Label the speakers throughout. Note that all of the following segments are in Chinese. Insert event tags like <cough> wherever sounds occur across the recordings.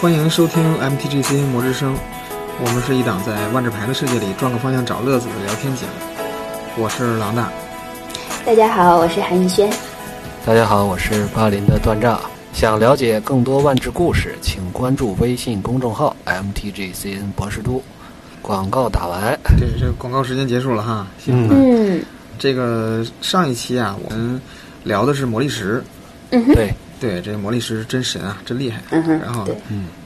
Speaker 1: 欢迎收听 MTG 新魔之声，我们是一档在万智牌的世界里转个方向找乐子的聊天节目。我是郎大，
Speaker 2: 大家好，我是韩逸轩。
Speaker 3: 大家好，我是巴林的段炸。想了解更多万智故事，请关注微信公众号 MTGCN 博士都。广告打完，
Speaker 1: 这这广告时间结束了哈。
Speaker 3: 嗯
Speaker 2: 嗯
Speaker 1: 这个上一期啊，我们聊的是魔力石，
Speaker 2: 嗯哼
Speaker 3: 对，
Speaker 1: 对，这个魔力石真神啊，真厉害。
Speaker 2: 嗯哼，
Speaker 1: 然后
Speaker 2: 对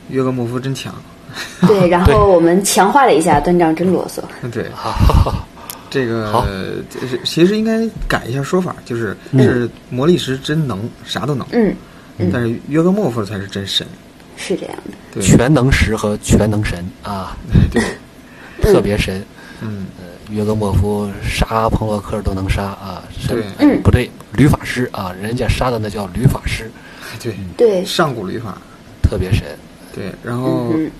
Speaker 1: 约格莫夫真强， <laughs>
Speaker 2: 对，然后我们强化了一下，段长真啰嗦。
Speaker 1: 对，
Speaker 3: 哈哈哈。
Speaker 1: 这个
Speaker 3: 好嗯
Speaker 1: 这是其实应该改一下说法，就是是魔力石真能，啥都能，
Speaker 2: 嗯，
Speaker 1: 但是约格莫夫才是真神。
Speaker 2: 是这样的。
Speaker 1: 对，
Speaker 3: 全能石和全能神啊，
Speaker 1: <laughs> 对，
Speaker 3: 特别神。
Speaker 1: 嗯，
Speaker 3: 呃，约格莫夫杀彭洛克都能杀啊，神
Speaker 1: 对
Speaker 2: 嗯
Speaker 3: 不对，吕法师啊，人家杀的那叫吕法师，
Speaker 1: 对，
Speaker 2: 对，
Speaker 1: 上古律法。
Speaker 3: 特别神。
Speaker 1: 对，然
Speaker 2: 嗯
Speaker 1: 后
Speaker 2: 嗯，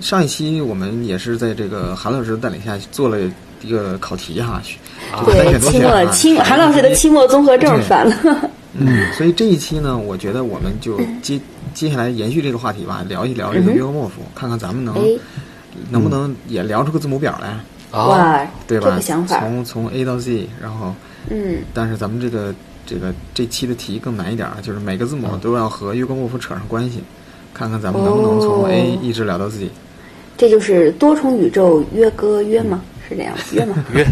Speaker 1: 上一期我们也是在这个韩老师的带领下做了一个考题哈，选
Speaker 3: 啊
Speaker 1: 这个三选
Speaker 2: 对，
Speaker 1: 多
Speaker 2: 期
Speaker 1: 选
Speaker 2: 末
Speaker 1: 啊
Speaker 2: 期韩老师的期末综合症犯了。
Speaker 1: 嗯，所以这一期呢，我觉得我们就接接下来延续这个话题吧，聊一聊这个约克莫夫，看看咱们能
Speaker 2: 嗯哎，
Speaker 1: 能不能也聊出个字母表来，
Speaker 3: 啊，
Speaker 2: 哇，
Speaker 1: 哦对
Speaker 2: 这
Speaker 1: 吧？
Speaker 2: 个想法，
Speaker 1: 从从 A 到 Z，然后
Speaker 2: 嗯，
Speaker 1: 但是咱们这个这个这期的题更难一点啊，就是每个字母都要和约克莫夫扯上关系，看看咱们能不能从
Speaker 2: 哦
Speaker 1: A 一直聊到 Z。
Speaker 2: 这就是多重宇宙约哥约吗？是这样约
Speaker 1: <laughs>
Speaker 2: 吗？
Speaker 3: 约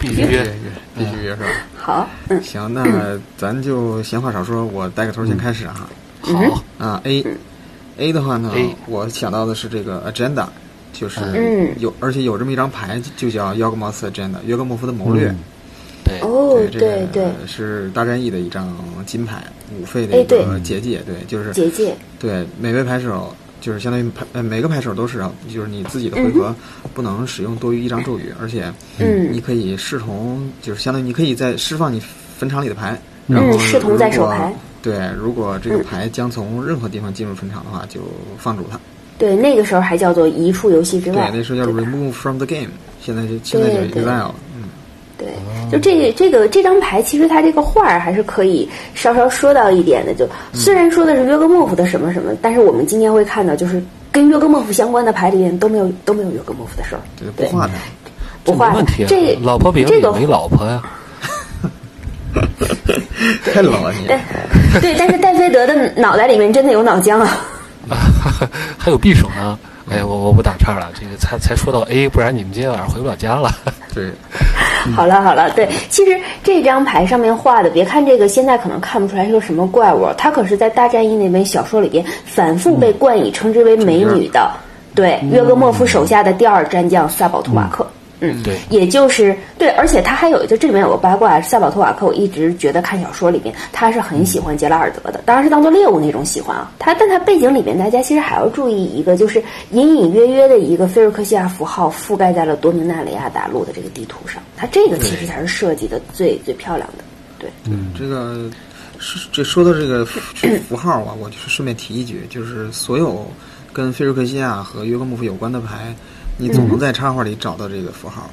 Speaker 3: 必须
Speaker 1: 约
Speaker 3: 约。
Speaker 1: 约必须约是吧？
Speaker 2: 好，嗯
Speaker 1: 行，那咱就闲话少说，我带个头
Speaker 3: 嗯
Speaker 1: 先开始啊。
Speaker 3: 好，
Speaker 1: 啊，A
Speaker 2: 嗯
Speaker 1: A 的话呢
Speaker 3: A，
Speaker 1: 我想到的是这个 agenda，就是
Speaker 2: 嗯
Speaker 1: 有，而且有这么一张牌，就叫 y o g m o s agenda，约格莫夫的谋略
Speaker 3: 嗯。对，
Speaker 2: 哦，
Speaker 1: 这
Speaker 2: 对对
Speaker 1: 个，嗯是大战役的一张金牌，五费的
Speaker 2: 哎
Speaker 1: 一个
Speaker 3: 嗯
Speaker 2: 对
Speaker 1: 结界，对，就是
Speaker 2: 结界，
Speaker 1: 对每位牌手。就是相当于牌，呃，每个牌手都是啊，就是你自己的回合不能使用多于一张咒语，而且你
Speaker 2: 嗯
Speaker 1: 可以视同，就是相当于你可以在释放你坟场里的牌，
Speaker 3: 嗯
Speaker 1: 然后
Speaker 2: 嗯视同在手牌
Speaker 1: 如果。对，如果这个
Speaker 2: 嗯
Speaker 1: 牌将从任何地方进入坟场的话，就放逐它。
Speaker 2: 对，那个时候还叫做移出游戏之
Speaker 1: 对，
Speaker 2: 外，
Speaker 1: 那时候叫
Speaker 2: 对吧
Speaker 1: remove from the game，现在就现在就
Speaker 2: 对
Speaker 1: exile
Speaker 2: 对
Speaker 1: 了。嗯，
Speaker 3: 哦
Speaker 2: 对，就这这个这张牌，其实它这个画儿还是可以稍稍说到一点的。就
Speaker 3: 嗯
Speaker 2: 虽然说的是约格莫夫的什么什么，但是我们今天会看到，就是跟约格莫夫相关的牌里面都没有都没有约格莫夫的事儿。
Speaker 1: 对，不
Speaker 2: 对， <laughs>
Speaker 1: 画它。
Speaker 2: 不
Speaker 3: 这没
Speaker 2: 画
Speaker 3: 问题啊
Speaker 2: 这。
Speaker 3: 老婆饼
Speaker 2: 这
Speaker 3: 里
Speaker 2: 个
Speaker 3: 没老婆呀，
Speaker 1: 太冷了你。
Speaker 2: 对，但是戴菲德的脑袋里面真的有脑浆啊。
Speaker 3: 啊， <laughs> 还有匕首呢。哎，我我不打岔了，这个才才说到 A，不然你们今天晚上回不了家了。
Speaker 1: 对，
Speaker 2: 好了好了，对，其实这张牌上面画的，别看这个现在可能看不出来是个什么怪物，它可是在《大战役》那本小说里边反复被冠以称之为美女的，对，约格莫夫手下的第二战将萨保图瓦克。嗯，
Speaker 3: 对
Speaker 2: 也就是对，而且他还有，就这里面有个八卦，萨保托瓦啊克，我一直觉得看小说里面他是很喜欢杰拉尔德的，当然是当做猎物那种喜欢啊。他但他背景里面，大家其实还要注意一个，就是隐隐约约的一个菲尔克西亚符号覆啊盖在了多明纳里亚大陆的这个地图上，它这个其实才是设计的最最漂亮的。对，
Speaker 1: 这个是这说到这个符符号啊，我就是顺便提一句，就是所有跟菲尔克西亚和约格莫夫有关的牌，你总能在插画里找到这个符号，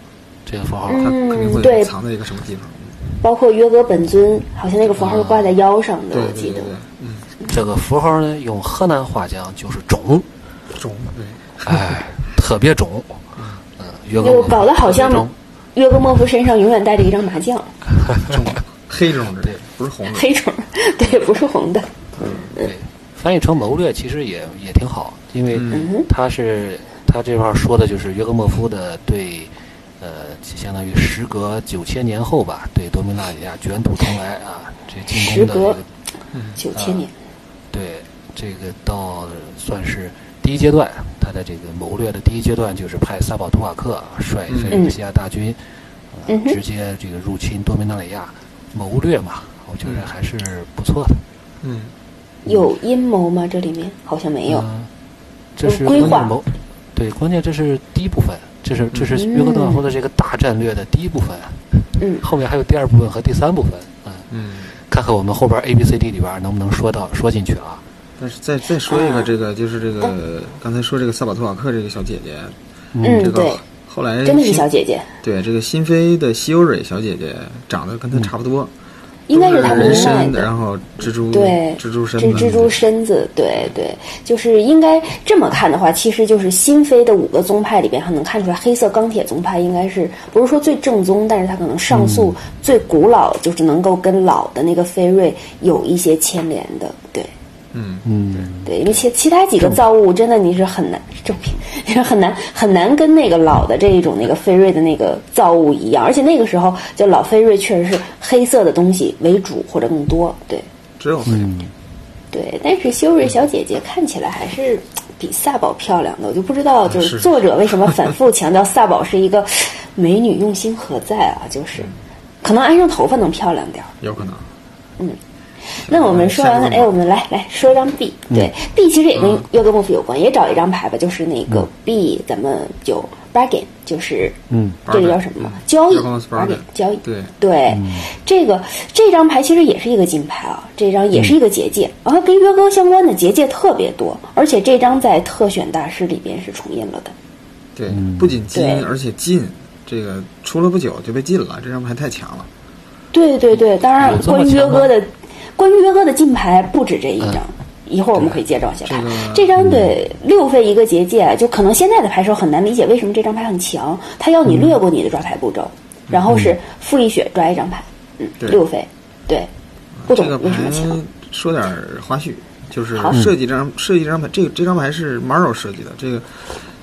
Speaker 3: 这个符号，
Speaker 1: 它肯定
Speaker 2: 嗯嗯，
Speaker 1: 会
Speaker 2: 对，
Speaker 1: 藏在一个什么地方。
Speaker 2: 包括约格本尊，好像那个符号是挂在腰上的，
Speaker 1: 对
Speaker 2: 我
Speaker 1: 对
Speaker 2: 记
Speaker 1: 对
Speaker 2: 得。
Speaker 1: 对，嗯，
Speaker 3: 这个符号呢，用河南话讲就是种，
Speaker 1: 中对。 <laughs>
Speaker 3: 哎，特别种。嗯，约
Speaker 2: 就
Speaker 3: 克
Speaker 2: 搞得好像
Speaker 3: 特
Speaker 1: 嗯
Speaker 3: 别种
Speaker 2: 约格莫夫身上永远带着一张麻将。
Speaker 1: 中黑这种之类的，不是红的。
Speaker 2: 黑种， <laughs> 对，不是红的。嗯
Speaker 3: 对，翻译成谋略其实也也挺好，因为
Speaker 1: 嗯
Speaker 2: 嗯
Speaker 3: 他是他这块儿说的就是约格莫夫的对，呃，相当于时隔九千年后吧，对多米纳里亚卷土重来啊，这进攻的
Speaker 2: 时
Speaker 3: 这
Speaker 2: 隔
Speaker 3: 个
Speaker 1: 嗯
Speaker 2: 哼，九千年，
Speaker 3: 对，这个到算是第一阶段，他的这个谋率的第一阶段就是派萨保图瓦克率
Speaker 1: 嗯
Speaker 3: 菲利西亚大军，呃
Speaker 2: 嗯哼
Speaker 3: 直接这个入侵多米纳里亚，谋略嘛，我觉
Speaker 2: 嗯
Speaker 3: 得还是不错的。
Speaker 1: 嗯，
Speaker 2: 有阴谋吗？这里面好像没有。
Speaker 3: 嗯这是
Speaker 2: 有规
Speaker 3: 关键
Speaker 2: 划
Speaker 3: 谋，对，关键这是第一部分，这是这是约克顿说的这个大战略的第一部分，
Speaker 2: 嗯，
Speaker 3: 后面还有第二部分和第三部分，嗯，
Speaker 1: 嗯，
Speaker 3: 看看我们后边 A B C D 里边能不能说到说进去啊？
Speaker 1: 但是再再说一个，
Speaker 2: 啊
Speaker 1: 这个就是这个刚才说这个萨巴托瓦克这个小姐姐，
Speaker 2: 嗯
Speaker 1: 这个
Speaker 2: 对
Speaker 1: 后来
Speaker 2: 真的是
Speaker 1: 新
Speaker 2: 小姐姐。
Speaker 1: 对这个新飞的西欧蕊小姐姐长得跟她差不多，
Speaker 2: 嗯应该是他们
Speaker 1: 人
Speaker 2: 另外
Speaker 1: 参，
Speaker 2: 的。
Speaker 1: 然后蜘蛛
Speaker 2: 对，
Speaker 1: 蜘蛛身
Speaker 2: 这
Speaker 1: 子
Speaker 2: 蜘蛛身子，对对，就是应该这么看的话，其实就是新非的五个宗派里边，还能看出来黑色钢铁宗派应该是不是说最正宗，但是它可能上溯
Speaker 1: 嗯
Speaker 2: 最古老，就是能够跟老的那个飞瑞有一些牵连的，对。
Speaker 1: 嗯，
Speaker 3: 嗯，
Speaker 2: 对，因为其其他几个造物真的你是很难正品， <laughs> 你是很难很难跟那个老的这一种那个飞瑞的那个造物一样，而且那个时候就老飞瑞确实是黑色的东西为主或者更多，对
Speaker 1: 只有黑。
Speaker 3: 嗯
Speaker 2: 对。但是修睿小姐姐看起来还是比萨宝漂亮的，我就不知道就是是作者为什么反复强调萨宝是一个美女，用心何在啊？就是可能安上头发能漂亮点儿。
Speaker 1: 有可能。
Speaker 2: 嗯那我们说完了，
Speaker 1: 嗯下一
Speaker 2: 哎，
Speaker 1: 个嗯
Speaker 2: 我们来来说一张 B，对、B 其实也跟约格莫夫有关，也找一张牌吧，就是那
Speaker 1: 嗯
Speaker 2: 个 B，、咱们有 bargain，就是
Speaker 3: 嗯
Speaker 2: 这个叫什么交易
Speaker 1: Bargain
Speaker 2: bargain 交易，
Speaker 1: 对
Speaker 2: 这个这张牌其实也是一个金牌啊，这张也是一个结界，
Speaker 1: 嗯
Speaker 2: 然后跟约哥相关的结界特别多，而且这张在特选大师里边是重印了的，
Speaker 1: 对，不仅金
Speaker 2: 对，
Speaker 1: 而且禁，这个出了不久就被禁了，这张牌太强了。
Speaker 2: 对对
Speaker 1: 嗯
Speaker 2: 对，当然
Speaker 3: 有这么
Speaker 2: 关于约
Speaker 3: 强吗
Speaker 2: 哥的，关于约哥的金牌不止这一张。一会儿我们可以介绍一下
Speaker 1: 嗯这
Speaker 2: 它。
Speaker 1: 个嗯
Speaker 2: 这张对六费一个结界，就可能现在的牌手很难理解为什么这张牌很强，它要你略过你的抓牌步骤，然后是负一血抓一张牌，嗯，
Speaker 1: 嗯对
Speaker 2: 六费，对，不
Speaker 1: 这
Speaker 2: 懂
Speaker 1: 个
Speaker 2: 为什么
Speaker 1: 牌
Speaker 2: 强，
Speaker 1: 说点儿花絮，就是
Speaker 2: 好
Speaker 1: 设计这张设计这张牌，这这张牌是 Maro 设计的，这个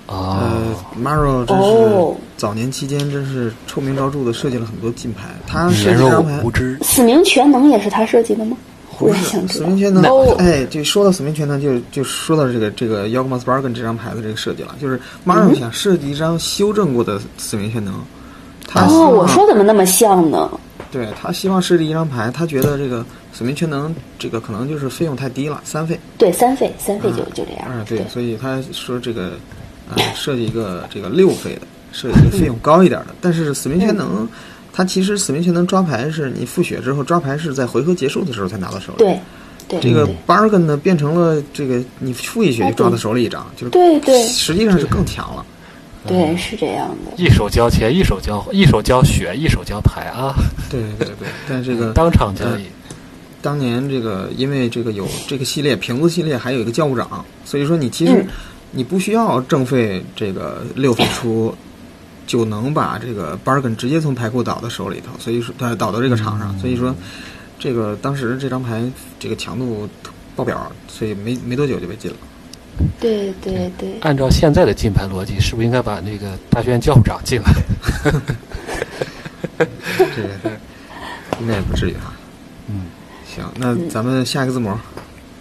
Speaker 3: 啊，
Speaker 1: 呃 Maro 真
Speaker 2: 哦
Speaker 1: 是早年期间真是臭名昭著的设计了很多金牌，他设
Speaker 3: 人
Speaker 1: 计这
Speaker 3: 肉
Speaker 1: 张牌
Speaker 3: 无。知，
Speaker 2: 死明全能也是他设计的吗？我
Speaker 1: 不
Speaker 2: 也
Speaker 1: 是
Speaker 2: 想知
Speaker 1: 死
Speaker 2: 道
Speaker 1: 命全能
Speaker 2: 哦，
Speaker 1: 哎，就说到死命全能，就就说到这个这个 Yogmas Bargain 这张牌的这个设计了，就是
Speaker 2: 嗯
Speaker 1: Maro 想设计一张修正过的死命全能，他希
Speaker 2: 哦，
Speaker 1: 望
Speaker 2: 我说怎么那么像呢？
Speaker 1: 对他希望设计一张牌，他觉得这个死命全能这个可能就是费用太低了，三费。
Speaker 2: 对，三费，三费就
Speaker 1: 嗯
Speaker 2: 就这样，
Speaker 1: 啊，对，所以他说这个啊，设计一个这个六费的，设计一个费用高一点的。但是死命全能，
Speaker 2: 嗯
Speaker 1: 它其实死命全能抓牌是你复血之后抓牌是在回合结束的时候才拿到手里。
Speaker 2: 对，对，
Speaker 1: 这个
Speaker 2: 对
Speaker 1: bargain 呢，变成了这个你复一血就抓到手里一张，就是
Speaker 2: 哎对对
Speaker 1: 实际上是更强了。嗯
Speaker 2: 对是这样的。
Speaker 3: 一手交钱，一手交一手交血，一手交牌啊，
Speaker 1: 对对对对，但这个
Speaker 3: 当场交易。
Speaker 1: 当年这个因为这个有这个系列瓶子系列，还有一个教务长，所以说你其实
Speaker 2: 嗯
Speaker 1: 你不需要正费这个六费出，就能把这个 bargain 直接从牌库倒到手里头，所以说它倒到这个场上，
Speaker 2: 嗯
Speaker 1: 所以说这个当时这张牌这个强度爆表，所以没没多久就被禁了。
Speaker 2: 对对对，
Speaker 3: 按照现在的禁牌逻辑，是不是应该把那个大学院教务长进来？
Speaker 1: 这个应该也不至于哈。
Speaker 3: 嗯，
Speaker 1: 行，那咱们下一个字母，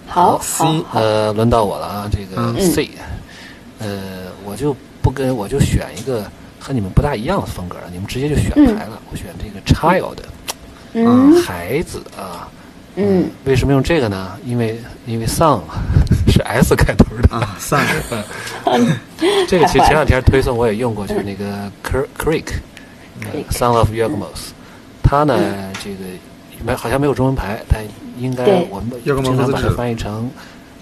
Speaker 2: 好
Speaker 1: ，C，
Speaker 2: 好好，
Speaker 3: <laughs> 呃，轮到我了啊，这个
Speaker 1: 嗯
Speaker 3: C，、呃，我就不跟我就选一个和你们不大一样的风格了，你们直接就选牌了，我选这个 child 呃
Speaker 2: 嗯
Speaker 3: 孩子啊。
Speaker 2: 嗯，
Speaker 3: 为什么用这个呢？因为因为 son <laughs> 是 S 开头的
Speaker 1: 啊，三个，
Speaker 3: 这个其实
Speaker 2: 太坏了嗯
Speaker 3: 前两天推送我也用过，就是那个 Cre- Creek，
Speaker 2: Creek
Speaker 3: Son of Yagmos，它呢这个没好像没有中文牌，但应该
Speaker 2: 嗯对
Speaker 3: 我们
Speaker 1: ，Yagmos
Speaker 3: 经常把它
Speaker 1: 是
Speaker 3: 翻译成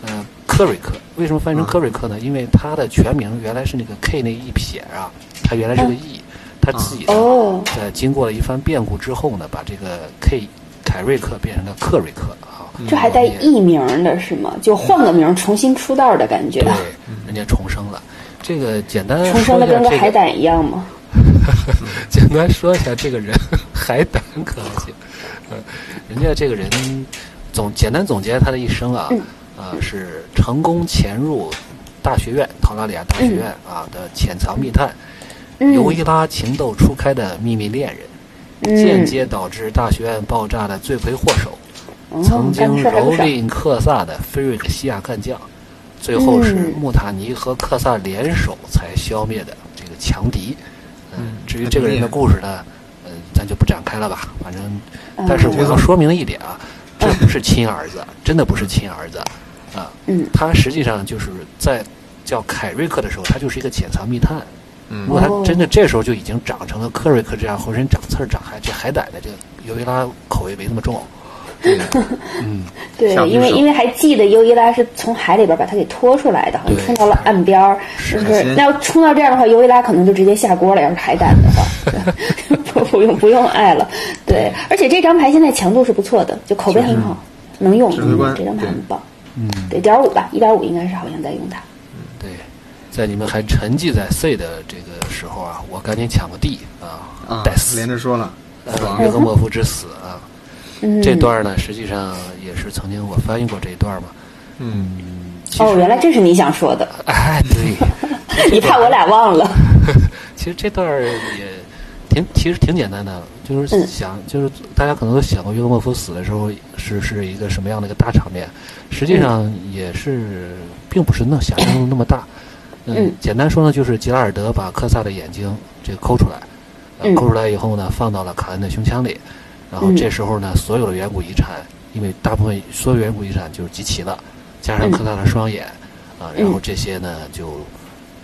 Speaker 3: 呃科瑞克。为什么翻译成科瑞克呢？因为它的全名原来是那个 K 那一撇啊，它原来是个 E，它自己呢
Speaker 2: 嗯哦，
Speaker 3: 在经过了一番变故之后呢，把这个 K 凯瑞克变成了克瑞克啊。
Speaker 2: 这还带
Speaker 3: 我们也
Speaker 2: 艺名儿的是吗？就换个名儿重新出道的感觉
Speaker 3: 对，，人家重生了。这个简
Speaker 2: <laughs>
Speaker 3: 单
Speaker 2: 嗯重生
Speaker 3: 说
Speaker 2: 的
Speaker 3: 一下
Speaker 2: 跟个
Speaker 3: 这
Speaker 2: 海胆一样吗？
Speaker 3: 简单说一下这个人，海胆可惜。嗯，人家这个人总简单总结他的一生啊，啊、是成功潜入大学院——陶拉里亚大学院啊的潜藏密探，
Speaker 2: 嗯
Speaker 3: 尤伊拉情窦初开的秘密恋人，间接导致大学院爆炸的罪魁祸首，
Speaker 2: 嗯
Speaker 3: 曾
Speaker 2: 干
Speaker 3: 经
Speaker 2: 事儿还不
Speaker 3: 蹂
Speaker 2: 少，
Speaker 3: 躏克萨的菲瑞克西亚干将，最后
Speaker 2: 嗯
Speaker 3: 是穆塔尼和克萨联手才消灭的这个强敌。嗯，至于这个人的故事呢，呃，咱就不展开了吧。反正，
Speaker 2: 嗯
Speaker 3: 但是我要说明一点啊，这不是亲儿子，真的不是亲儿子啊。
Speaker 2: 嗯，
Speaker 3: 他实际上就是在叫凯瑞克的时候，他就是一个潜藏密探。
Speaker 1: 嗯
Speaker 3: 如果他
Speaker 2: 哦
Speaker 3: 真的这时候就已经长成了科瑞克这样浑身长刺儿、长海这海胆的这个尤维拉口味没那么重，
Speaker 1: 对的，
Speaker 3: 嗯，
Speaker 2: 对
Speaker 1: 下，不去
Speaker 2: 因为
Speaker 1: 手
Speaker 2: 因为还记得尤伊拉是从海里边把他给拖出来的，好像
Speaker 3: 对
Speaker 2: 冲到了岸边儿，就是
Speaker 1: 海鲜
Speaker 2: 那要冲到这样的话，尤伊拉可能就直接下锅了，要是海胆的话， <laughs> 对不不用不用爱了。对，而且这张牌现在强度是不错的，就口碑很好，能用，
Speaker 1: 指挥
Speaker 2: 能
Speaker 1: 官
Speaker 2: 用这张牌
Speaker 1: 对
Speaker 2: 很棒。嗯，对，点五吧，一点五应该是好像在用它。
Speaker 3: 对，在你们还沉寂在 C 的这个时候啊，我赶紧抢个 D 啊
Speaker 1: 啊，
Speaker 3: 带，死
Speaker 1: 连着说了，
Speaker 3: 呃，
Speaker 1: 爽
Speaker 3: 约，赫莫夫之死啊，
Speaker 2: 嗯，
Speaker 3: 这段呢，实际上也是曾经我翻译过这一段嘛。
Speaker 1: 嗯，
Speaker 3: 其
Speaker 2: 哦，
Speaker 3: 实，
Speaker 2: 原来这是你想说的，
Speaker 3: 哎，对，
Speaker 2: 你怕我俩忘了。
Speaker 3: 其实这段儿也挺，其实挺简单的，就是
Speaker 2: 嗯
Speaker 3: 想，就是大家可能都想过约格莫夫死的时候是是一个什么样的一个大场面，
Speaker 2: 嗯
Speaker 3: 实际上也是并不是那想象中的那么大。嗯
Speaker 2: 嗯，
Speaker 3: 简单说呢，就是吉拉尔德把科萨的眼睛这个抠出来，呃
Speaker 2: 嗯
Speaker 3: 抠出来以后呢，放到了卡恩的胸腔里，然后
Speaker 2: 嗯
Speaker 3: 这时候呢，所有的远古遗产，因为大部分所有远古遗产就是集齐了，加上
Speaker 2: 嗯
Speaker 3: 科萨的双眼，啊，然后这些呢就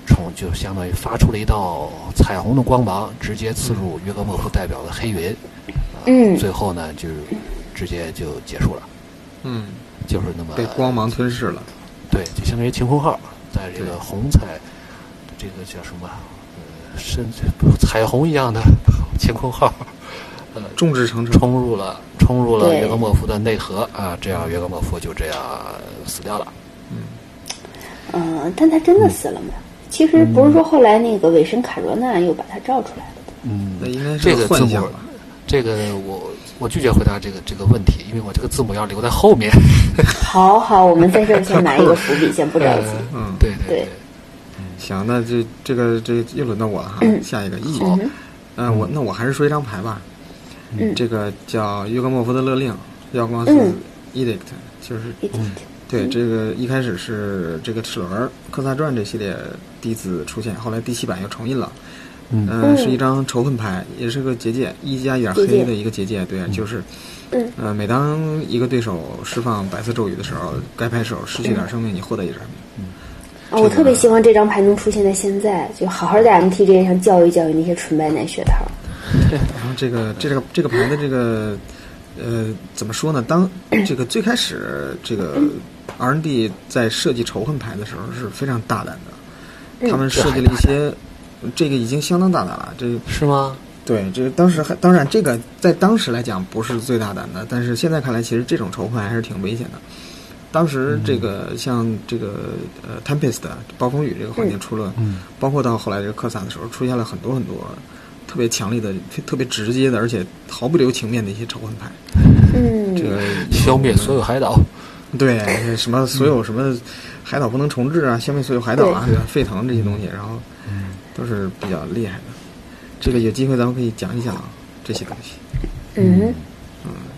Speaker 3: 从就相当于发出了一道彩虹的光芒，直接刺入约格莫夫代表的黑云，啊
Speaker 2: 嗯
Speaker 3: 最后呢就直接就结束了，
Speaker 1: 嗯，
Speaker 3: 就是那么
Speaker 1: 被光芒吞噬了，
Speaker 3: 对，就相当于晴空号在这
Speaker 1: 对
Speaker 3: 个虹彩，这个叫什么？呃，深彩虹一样的 <laughs> 晴空号，呃，
Speaker 1: 众志成城，
Speaker 3: 冲入了冲入了
Speaker 2: 对
Speaker 3: 约格莫夫的内核啊，这样约格莫夫就这样死掉了。
Speaker 2: 嗯，但他真的死了吗？其实不是说后来那个尾神卡罗娜又把他照出来了的。
Speaker 3: 嗯
Speaker 1: 那，应该是
Speaker 3: 这个
Speaker 1: 个
Speaker 3: 字
Speaker 1: 幻
Speaker 3: 母
Speaker 1: 象吧？，
Speaker 3: 这个我我拒绝回答这个这个问题，因为我这个字母要留在后面。
Speaker 2: 好好，我们在这儿先埋一个伏笔，先不着急。
Speaker 3: <laughs>
Speaker 1: 嗯
Speaker 3: 对
Speaker 2: 对
Speaker 3: 对
Speaker 1: 行，那这这个这又轮到我了哈，下一个 E，
Speaker 3: 好
Speaker 1: 嗯、我那我还是说一张牌吧，
Speaker 2: 嗯
Speaker 1: 这个叫约格莫夫的勒令，药光寺 Edict，、就是
Speaker 2: 一
Speaker 3: 嗯
Speaker 2: 点
Speaker 1: 对这个一开始是这个齿轮儿科萨传这系列第一次出现，后来第七版又重印了。
Speaker 3: 嗯
Speaker 1: 呃，是一张仇恨牌，也是个结界，一加一点
Speaker 2: 结界
Speaker 1: 黑的一个结界，对，啊就是
Speaker 2: 嗯，
Speaker 1: 呃，每当一个对手释放白色咒语的时候，该牌手失去一点生命，你获得一点生命。
Speaker 2: 啊，我特别希望这张牌能出现在现在，就好好在 MTG 上教育教育那些纯白男血套。
Speaker 1: 然后这个这个这个牌的这个呃怎么说呢？当这个最开始这个 R&D 在设计仇恨牌的时候是非常大胆的，他们设计了一些这个已经相当大胆了。这个
Speaker 3: 是吗？
Speaker 1: 对这个当时还当然这个在当时来讲不是最大胆的，但是现在看来其实这种仇恨还是挺危险的。当时这个像这个呃 Tempest 暴风雨这个环境出了，
Speaker 3: 嗯
Speaker 1: 包括到后来这个克萨的时候，出现了很多很多特别强烈的、特特别直接的，而且毫不留情面的一些仇恨牌。
Speaker 2: 嗯
Speaker 1: 这个
Speaker 3: 呃消灭所有海岛。
Speaker 1: 对什么所有什么海岛不能重置啊，消灭所有海岛啊，沸腾这些东西，然后都是比较厉害的。这个有机会咱们可以讲一讲这些东西。
Speaker 2: 嗯，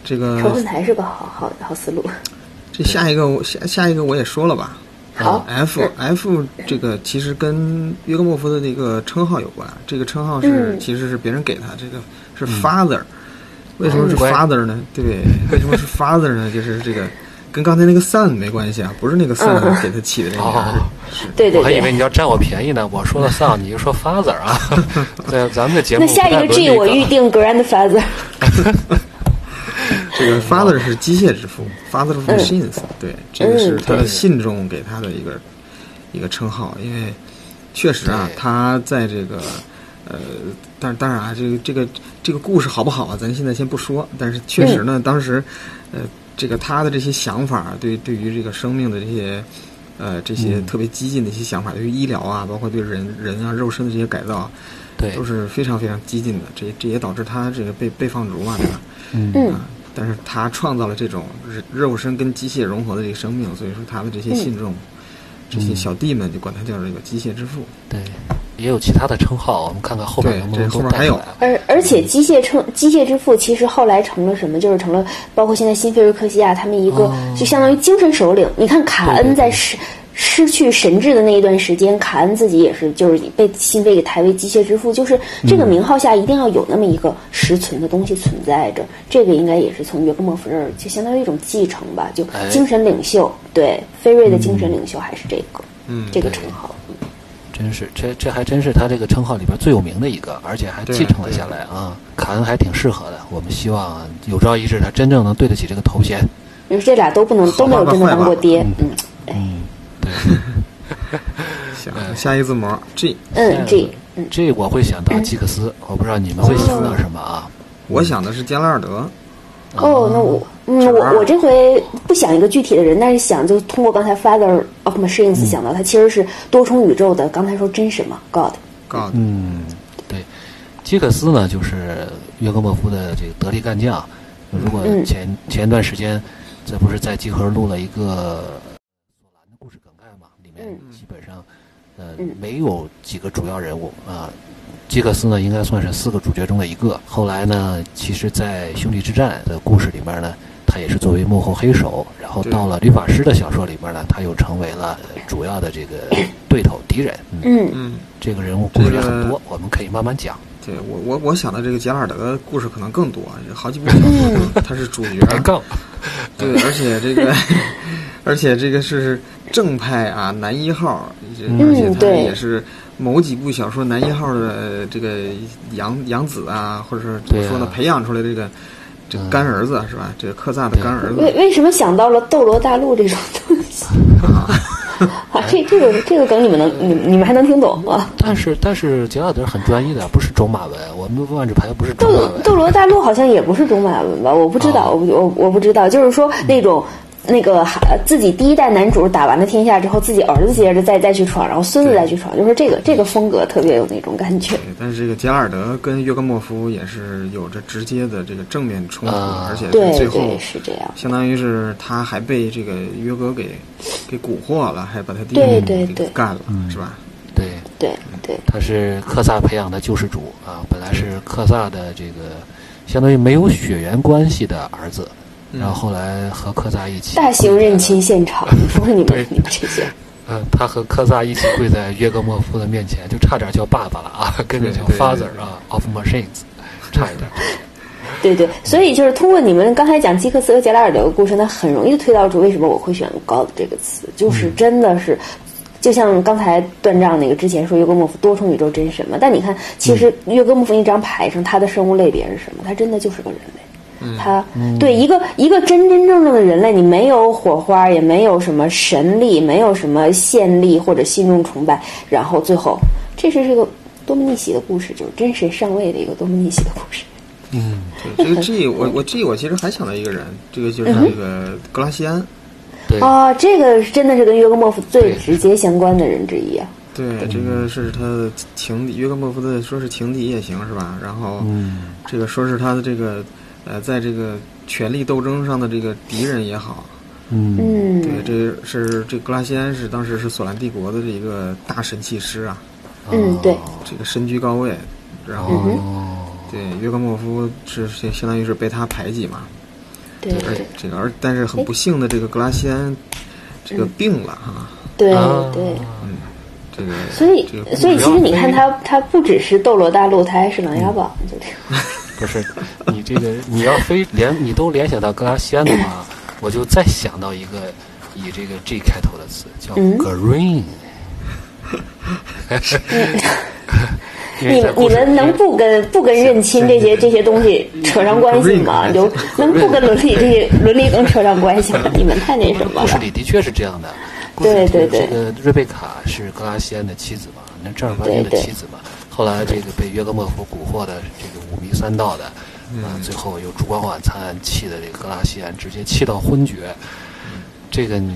Speaker 1: 这
Speaker 3: 嗯
Speaker 1: 个
Speaker 2: 仇恨牌是个好好好思路。
Speaker 1: 这下一个我下下一个我也说了吧。
Speaker 2: 好
Speaker 1: 啊，F F 这个其实跟约格莫夫的那个称号有关，这个称号是、
Speaker 2: 嗯
Speaker 1: 其实是别人给他，这个是 father、为什么是
Speaker 3: 嗯嗯乖
Speaker 1: father 呢？对，为什么是 father 呢？就是这个跟刚才那个 son 没关系啊，不是那
Speaker 2: 嗯
Speaker 1: 个 son 给他起的这个名儿、
Speaker 3: 哦
Speaker 1: 是
Speaker 2: 对对
Speaker 3: 我还以为
Speaker 2: 对。
Speaker 3: 你要占我便宜呢，我说了丧，你就说 father
Speaker 1: <laughs>
Speaker 3: 啊。对，咱们的节
Speaker 2: <laughs>
Speaker 3: 目
Speaker 2: 那下一
Speaker 3: 不
Speaker 2: 个
Speaker 3: 带
Speaker 2: G
Speaker 3: 轮
Speaker 2: 我预
Speaker 3: 这个
Speaker 2: 定 grandfather。
Speaker 1: 这个 father 是机械之父、f a t h e r of machines，、对，
Speaker 3: 嗯
Speaker 1: 这个是他的信中给他的一个一个称号，因为确实啊
Speaker 3: 对，
Speaker 1: 他在这个呃，但当然啊，这个这个这个故事好不好啊，咱现在先不说，但是确实
Speaker 3: 嗯
Speaker 1: 呢，当时呃，这个他的这些想法，对对于这个生命的这些。呃，这些
Speaker 3: 嗯
Speaker 1: 特别激进的一些想法，对于医疗啊，包括对人人啊肉身的这些改造，
Speaker 3: 对
Speaker 1: 都，是非常非常激进的。这这也导致他这个被被放逐嘛，对吧？
Speaker 2: 嗯
Speaker 1: 啊，但是他创造了这种人肉身跟机械融合的这个生命，所以说他的这些信众，这些小弟们就管他叫这个机械之父。
Speaker 3: 对，也有其他的称号，我们看看后面
Speaker 1: 对
Speaker 3: 能不能
Speaker 1: 这
Speaker 3: 都
Speaker 1: 后面
Speaker 3: 带
Speaker 1: 还
Speaker 3: 出
Speaker 1: 有
Speaker 3: 来啊。
Speaker 2: 而而且机械称机械之父，其实后来成了什么？就是成了包括现在新菲瑞克西亚他们一个，就相当于精神首领。你看卡恩在失失去神智的那一段时间，卡恩自己也是就是被新菲给抬为机械之父，就是这个名号下一定要有那么一个实存的东西存在着。这个应该也是从约格莫夫这儿就相当于一种继承吧，就
Speaker 3: 哎
Speaker 2: 嗯精神领袖。对，菲瑞的精神领袖还是这个，
Speaker 1: 嗯
Speaker 2: 这个称号。
Speaker 3: 真是这这还真是他这个称号里边最有名的一个，而且还继承了下来啊。卡恩还挺适合的，我们希望有朝一日他真正能对得起这个头衔。
Speaker 2: 你说这俩都不能都没有真的当过爹，嗯，
Speaker 3: 嗯，对。
Speaker 1: 行，下一字母 G，
Speaker 2: 嗯 G，嗯
Speaker 3: G 我会想到基克斯，我不知道你们会想到什么啊？
Speaker 1: 我想的是加拉尔德。
Speaker 2: 哦，那我嗯，我我这回不想一个具体的人，但是想就通过刚才 Father of Machines 想到他其实是多重宇宙的。刚才说真神嘛
Speaker 1: ，God，God，
Speaker 3: 嗯，对，基克斯呢就是约格莫夫的这个得力干将。如果前前段时间，这不是在集合录了一个索兰的故事梗概嘛？里面基本上呃没有几个主要人物啊。基克斯呢，应该算是四个主角中的一个。后来呢，其实，在《兄弟之战》的故事里面呢，他也是作为幕后黑手。然后到了《律法师》的小说里面呢，他又成为了主要的这个对头敌人。
Speaker 2: 嗯
Speaker 1: 嗯，
Speaker 3: 这个人物故事很多，我们可以慢慢讲。
Speaker 1: 对我我我想的这个杰拉尔德故事可能更多，好 <laughs> 几部小说他是主 <laughs> 角。
Speaker 3: 更
Speaker 1: 对，而且这个，而且这个是正派啊，男一号，
Speaker 2: 嗯
Speaker 1: 而且他也是。某几部小说男一号的这个养养子啊，或者是怎么说呢，培养出来这个这干儿子是吧？这个克
Speaker 2: 嗯
Speaker 1: 萨的干儿子。
Speaker 2: 为为什么想到了《斗罗大陆》这种东西？ <laughs> 啊，这这个这个梗你们能你你们还能听懂啊吗？
Speaker 3: 但是但是杰拉德很专业的，不是种马文，我们万智牌不是
Speaker 2: 斗斗罗大陆好像也不是种马文吧？我不知道，我我我不知道，就是说那种。那个自己第一代男主打完了天下之后，自己儿子接着再再去闯，然后孙子再去闯，就是这个这个风格特别有那种感觉。
Speaker 1: 但是这个加尔德跟约格莫夫也是有着直接的这个正面冲突，
Speaker 3: 啊、
Speaker 1: 而且
Speaker 2: 对
Speaker 1: 最后
Speaker 2: 是这样，
Speaker 1: 相当于是他还被这个约格给给蛊惑了，还把他弟
Speaker 2: 弟对对
Speaker 1: 干了，是吧？
Speaker 3: 对
Speaker 2: 对对，
Speaker 3: 他是克萨培养的救世主啊，本来是克萨的这个相当于没有血缘关系的儿子。然后后来和科萨一起
Speaker 2: 大型认亲
Speaker 1: <laughs>
Speaker 2: 现场，你说你们你们这些，
Speaker 3: 嗯，他和科萨一起跪在约格莫夫的面前，就差点叫爸爸了啊，跟着叫 father 啊，of machines，差一点。
Speaker 2: 对对，所以就是通过你们刚才讲基克斯和杰拉尔德的故事，那很容易推导出为什么我会选 “god” 这个词，就是真的是。就像刚才断章那个之前说约格莫夫多重宇宙真神嘛，但你看，其实约格莫夫一张牌上他的生物类别是什么？他真的就是个人类。他对一个一个真真正正的人类，你没有火花，也没有什么神力，没有什么献力或者心中崇拜，然后最后，这是这个多么逆袭的故事，就是真神上位的一个多么逆袭的故事。
Speaker 3: 嗯，
Speaker 1: 对这个 G，我我 G 我其实还想到一个人，这个就是这个格拉西安。
Speaker 3: 对
Speaker 2: 啊，这个真的是跟约格莫夫最直接相关的人之一啊。
Speaker 1: 对，这个是他的情敌，约格莫夫的说是情敌也行是吧？然后，这个说是他的这个，呃，在这个权力斗争上的这个敌人也好，
Speaker 3: 嗯，
Speaker 2: 嗯，
Speaker 1: 对，这个是这格拉西安是当时是索兰帝国的这一个大神器师啊，
Speaker 2: 嗯对
Speaker 1: 这个身居高位，然后、
Speaker 3: 哦，
Speaker 1: 对约格莫夫是相相当于是被他排挤嘛，
Speaker 2: 对
Speaker 1: 而
Speaker 2: 对
Speaker 1: 这个而但是很不幸的这个格拉西安，这个病了啊，
Speaker 2: 对
Speaker 3: 啊
Speaker 2: 嗯对。
Speaker 1: 这个
Speaker 2: 所以
Speaker 1: 这个，
Speaker 2: 所以其实你看他，他不只是斗罗大陆，他还是琅琊榜，就这样。
Speaker 3: 不是 <laughs> 你这个你要 <laughs> 非联你都联想到格拉西安的话，我就再想到一个以这个 G 开头的词叫
Speaker 2: 嗯
Speaker 3: green。因为
Speaker 2: 你
Speaker 3: 在
Speaker 2: 们
Speaker 3: 故
Speaker 2: 你
Speaker 3: 事
Speaker 2: 们能
Speaker 3: 里
Speaker 2: 不跟不跟认亲这些这些东西扯上关系吗？就能不跟伦理这些伦理梗扯上关系吗？你们太那什么
Speaker 3: 故事
Speaker 2: 了。
Speaker 3: <laughs> 里的确是这样的。故
Speaker 2: 对
Speaker 3: 事
Speaker 2: 对
Speaker 3: 里这
Speaker 2: 对
Speaker 3: 个瑞贝卡是格拉西安的妻子嘛，那正儿八经的
Speaker 2: 对对
Speaker 3: 妻子嘛。后来这个被约格莫夫蛊惑的这个五迷三道的，
Speaker 2: 嗯
Speaker 3: 啊，最后又烛光晚餐，气的这个格拉西安直接气到昏厥。这个你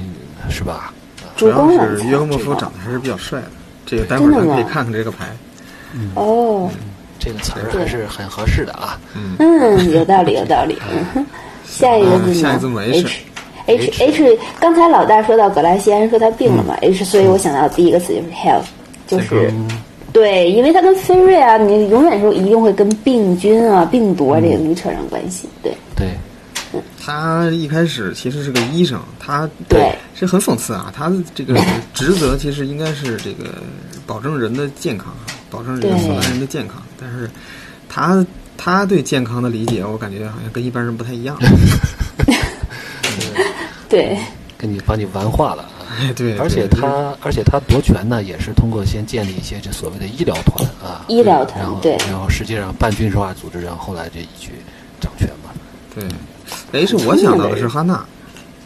Speaker 3: 是吧？啊
Speaker 1: 主
Speaker 2: 烛
Speaker 1: 要
Speaker 2: 光晚
Speaker 1: 是
Speaker 2: 餐
Speaker 1: 约格莫夫
Speaker 2: 这个
Speaker 1: 长得还是比较帅的，这个待会儿咱可以看看这个牌，
Speaker 2: 哦，
Speaker 3: 这个词儿还是很合适的啊。
Speaker 2: 嗯，有道理有道理。嗯哼下一个字母，
Speaker 1: 嗯下一个字母 H
Speaker 2: H H H，刚才老大说到葛拉西安说他病了嘛，H，所以
Speaker 1: 嗯
Speaker 2: 我想到第一个词就是 health，就是。对，因为它跟飞瑞啊，你永远说一定会跟病菌啊、病毒啊这些
Speaker 1: 嗯
Speaker 2: 东西扯上关系。对，
Speaker 3: 对，
Speaker 1: 他一开始其实是个医生，他
Speaker 2: 对
Speaker 1: 是很讽刺啊。他的这个职责其实应该是这个保证人的健康，啊保证这个
Speaker 2: 对
Speaker 1: 荷兰人的健康。但是他他对健康的理解，我感觉好像跟
Speaker 2: <laughs>
Speaker 1: 一般人不太一样。
Speaker 2: 对，
Speaker 3: 跟你把你玩化了啊。
Speaker 1: 哎，对，
Speaker 3: 而且
Speaker 1: 对
Speaker 3: 他，而且他夺权呢，也是通过先建立一些这所谓的医疗团啊，
Speaker 2: 医疗团
Speaker 3: 然后
Speaker 2: 对
Speaker 3: 然后实际上半军事化组织，然后后来这一举掌权嘛。
Speaker 1: 对，雷是我想到的是哈娜，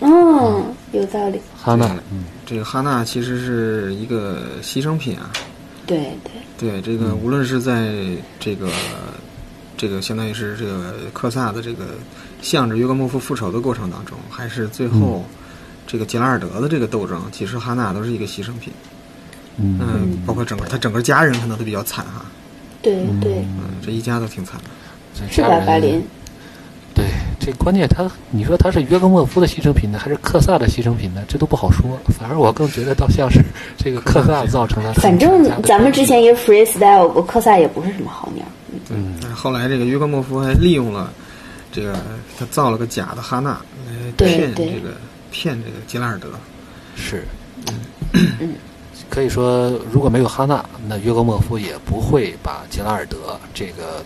Speaker 2: 嗯，有道理，
Speaker 3: 哈纳，嗯，
Speaker 1: 这个哈娜其实是一个牺牲品啊。
Speaker 2: 对对，
Speaker 1: 对，这
Speaker 3: 嗯
Speaker 1: 个无论是在这个这个相当于是这个克萨的这个向着约格莫夫复仇的过程当中，还是最后
Speaker 3: 嗯
Speaker 1: 这个杰拉尔德的这个斗争，其实哈娜都是一个牺牲品。
Speaker 3: 嗯
Speaker 1: 嗯，包括整个他整个家人可能都比较惨哈。
Speaker 2: 对对，
Speaker 1: 嗯，这一家都挺惨的。
Speaker 3: 这
Speaker 2: 是
Speaker 3: 家
Speaker 2: 吧
Speaker 3: 人，
Speaker 2: 巴林？
Speaker 3: 对，这关键他，你说他是约格莫夫的牺牲品呢，还是克萨的牺牲品呢？这都不好说。反而我更觉得倒像是这个克萨造成了他
Speaker 2: 反
Speaker 3: 们全家
Speaker 2: 正
Speaker 3: 的
Speaker 2: 咱们之
Speaker 3: 悲剧
Speaker 2: 前也 freestyle 过，科萨也不是什么好鸟。
Speaker 1: 对，
Speaker 3: 嗯
Speaker 1: 但是后来这个约格莫夫还利用了这个他造了个假的哈娜来
Speaker 2: 对
Speaker 1: 骗
Speaker 2: 对
Speaker 1: 这个骗这个杰拉尔德。
Speaker 3: 嗯是，
Speaker 2: 嗯
Speaker 3: 可以说如果没有哈纳，那约格莫夫也不会把杰拉尔德这个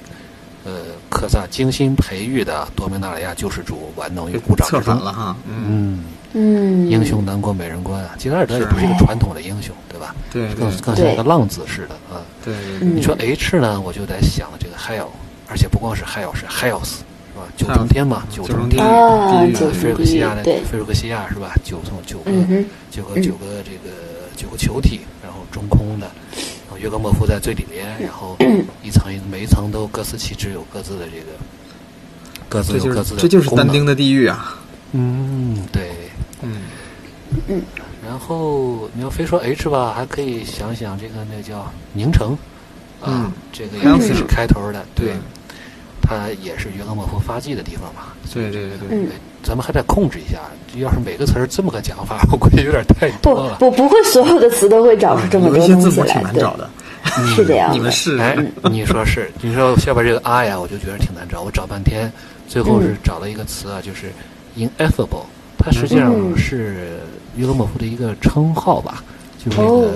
Speaker 3: 呃克萨精心培育的多明纳里亚救世主玩弄于
Speaker 1: 给
Speaker 3: 股掌
Speaker 1: 策
Speaker 3: 之
Speaker 1: 反
Speaker 3: 中
Speaker 1: 了。哈，嗯，
Speaker 3: 嗯，
Speaker 2: 嗯，
Speaker 3: 英雄难过美人关啊！杰拉尔德也不是一个传统的英雄，对吧？
Speaker 1: 对对
Speaker 3: 更更像一个浪子似的啊。
Speaker 1: 对对对，
Speaker 2: 嗯
Speaker 3: 你说 H 呢，我就在想这个 Hell，而且不光是 Hell，是 Hells 是吧？九重天嘛，九重
Speaker 1: 地
Speaker 3: 天哦
Speaker 1: 狱。
Speaker 3: 呃
Speaker 2: 啊
Speaker 1: 地狱
Speaker 2: 九重
Speaker 3: 菲
Speaker 2: 天
Speaker 3: 尔克西亚的
Speaker 2: 对
Speaker 3: 菲尔克西亚是吧？九种九个、
Speaker 2: 嗯哼
Speaker 3: 九个九个这个九个球体，然后中空的，然后约格莫夫在最里面，然后
Speaker 1: 嗯
Speaker 3: 一层一每一层都各司其职，有各自的这个各自
Speaker 1: 这
Speaker 3: 有
Speaker 1: 就
Speaker 3: 各
Speaker 1: 是
Speaker 3: 自的
Speaker 1: 这就是
Speaker 3: 功能
Speaker 1: 但丁的地狱啊。
Speaker 3: 嗯对。
Speaker 1: 嗯，
Speaker 3: 然后你要非说 H 吧，还可以想想这个那个叫宁城，啊，
Speaker 1: 嗯
Speaker 3: 这个
Speaker 1: 还有
Speaker 3: 也是
Speaker 1: 是
Speaker 3: 开头的，
Speaker 1: 对，
Speaker 3: 它也是约格莫夫发迹的地方嘛，
Speaker 1: 对对对对，
Speaker 2: 嗯
Speaker 3: 哎咱们还得控制一下，要是每个词儿这么个讲法，我估计有点太
Speaker 2: 不
Speaker 3: 多了。
Speaker 2: 不不会所有的词都会找出这
Speaker 1: 嗯
Speaker 2: 么
Speaker 1: 有
Speaker 2: 多
Speaker 1: 一些
Speaker 2: 东
Speaker 1: 字
Speaker 2: 西
Speaker 1: 母
Speaker 2: 来
Speaker 1: 挺，难
Speaker 2: 对啊
Speaker 1: 找，的，嗯
Speaker 2: 是这样
Speaker 1: 你们
Speaker 2: 的。
Speaker 1: 试
Speaker 3: 哎
Speaker 1: 试。，
Speaker 3: 你说是？你说下边这个 I 呀，我就觉得挺难找，我找半天，最后
Speaker 2: 嗯
Speaker 3: 是找了一个词啊，就是 ineffable，它实际上
Speaker 2: 嗯
Speaker 3: 是约格莫夫的一个称号吧，就是那个
Speaker 2: 哦。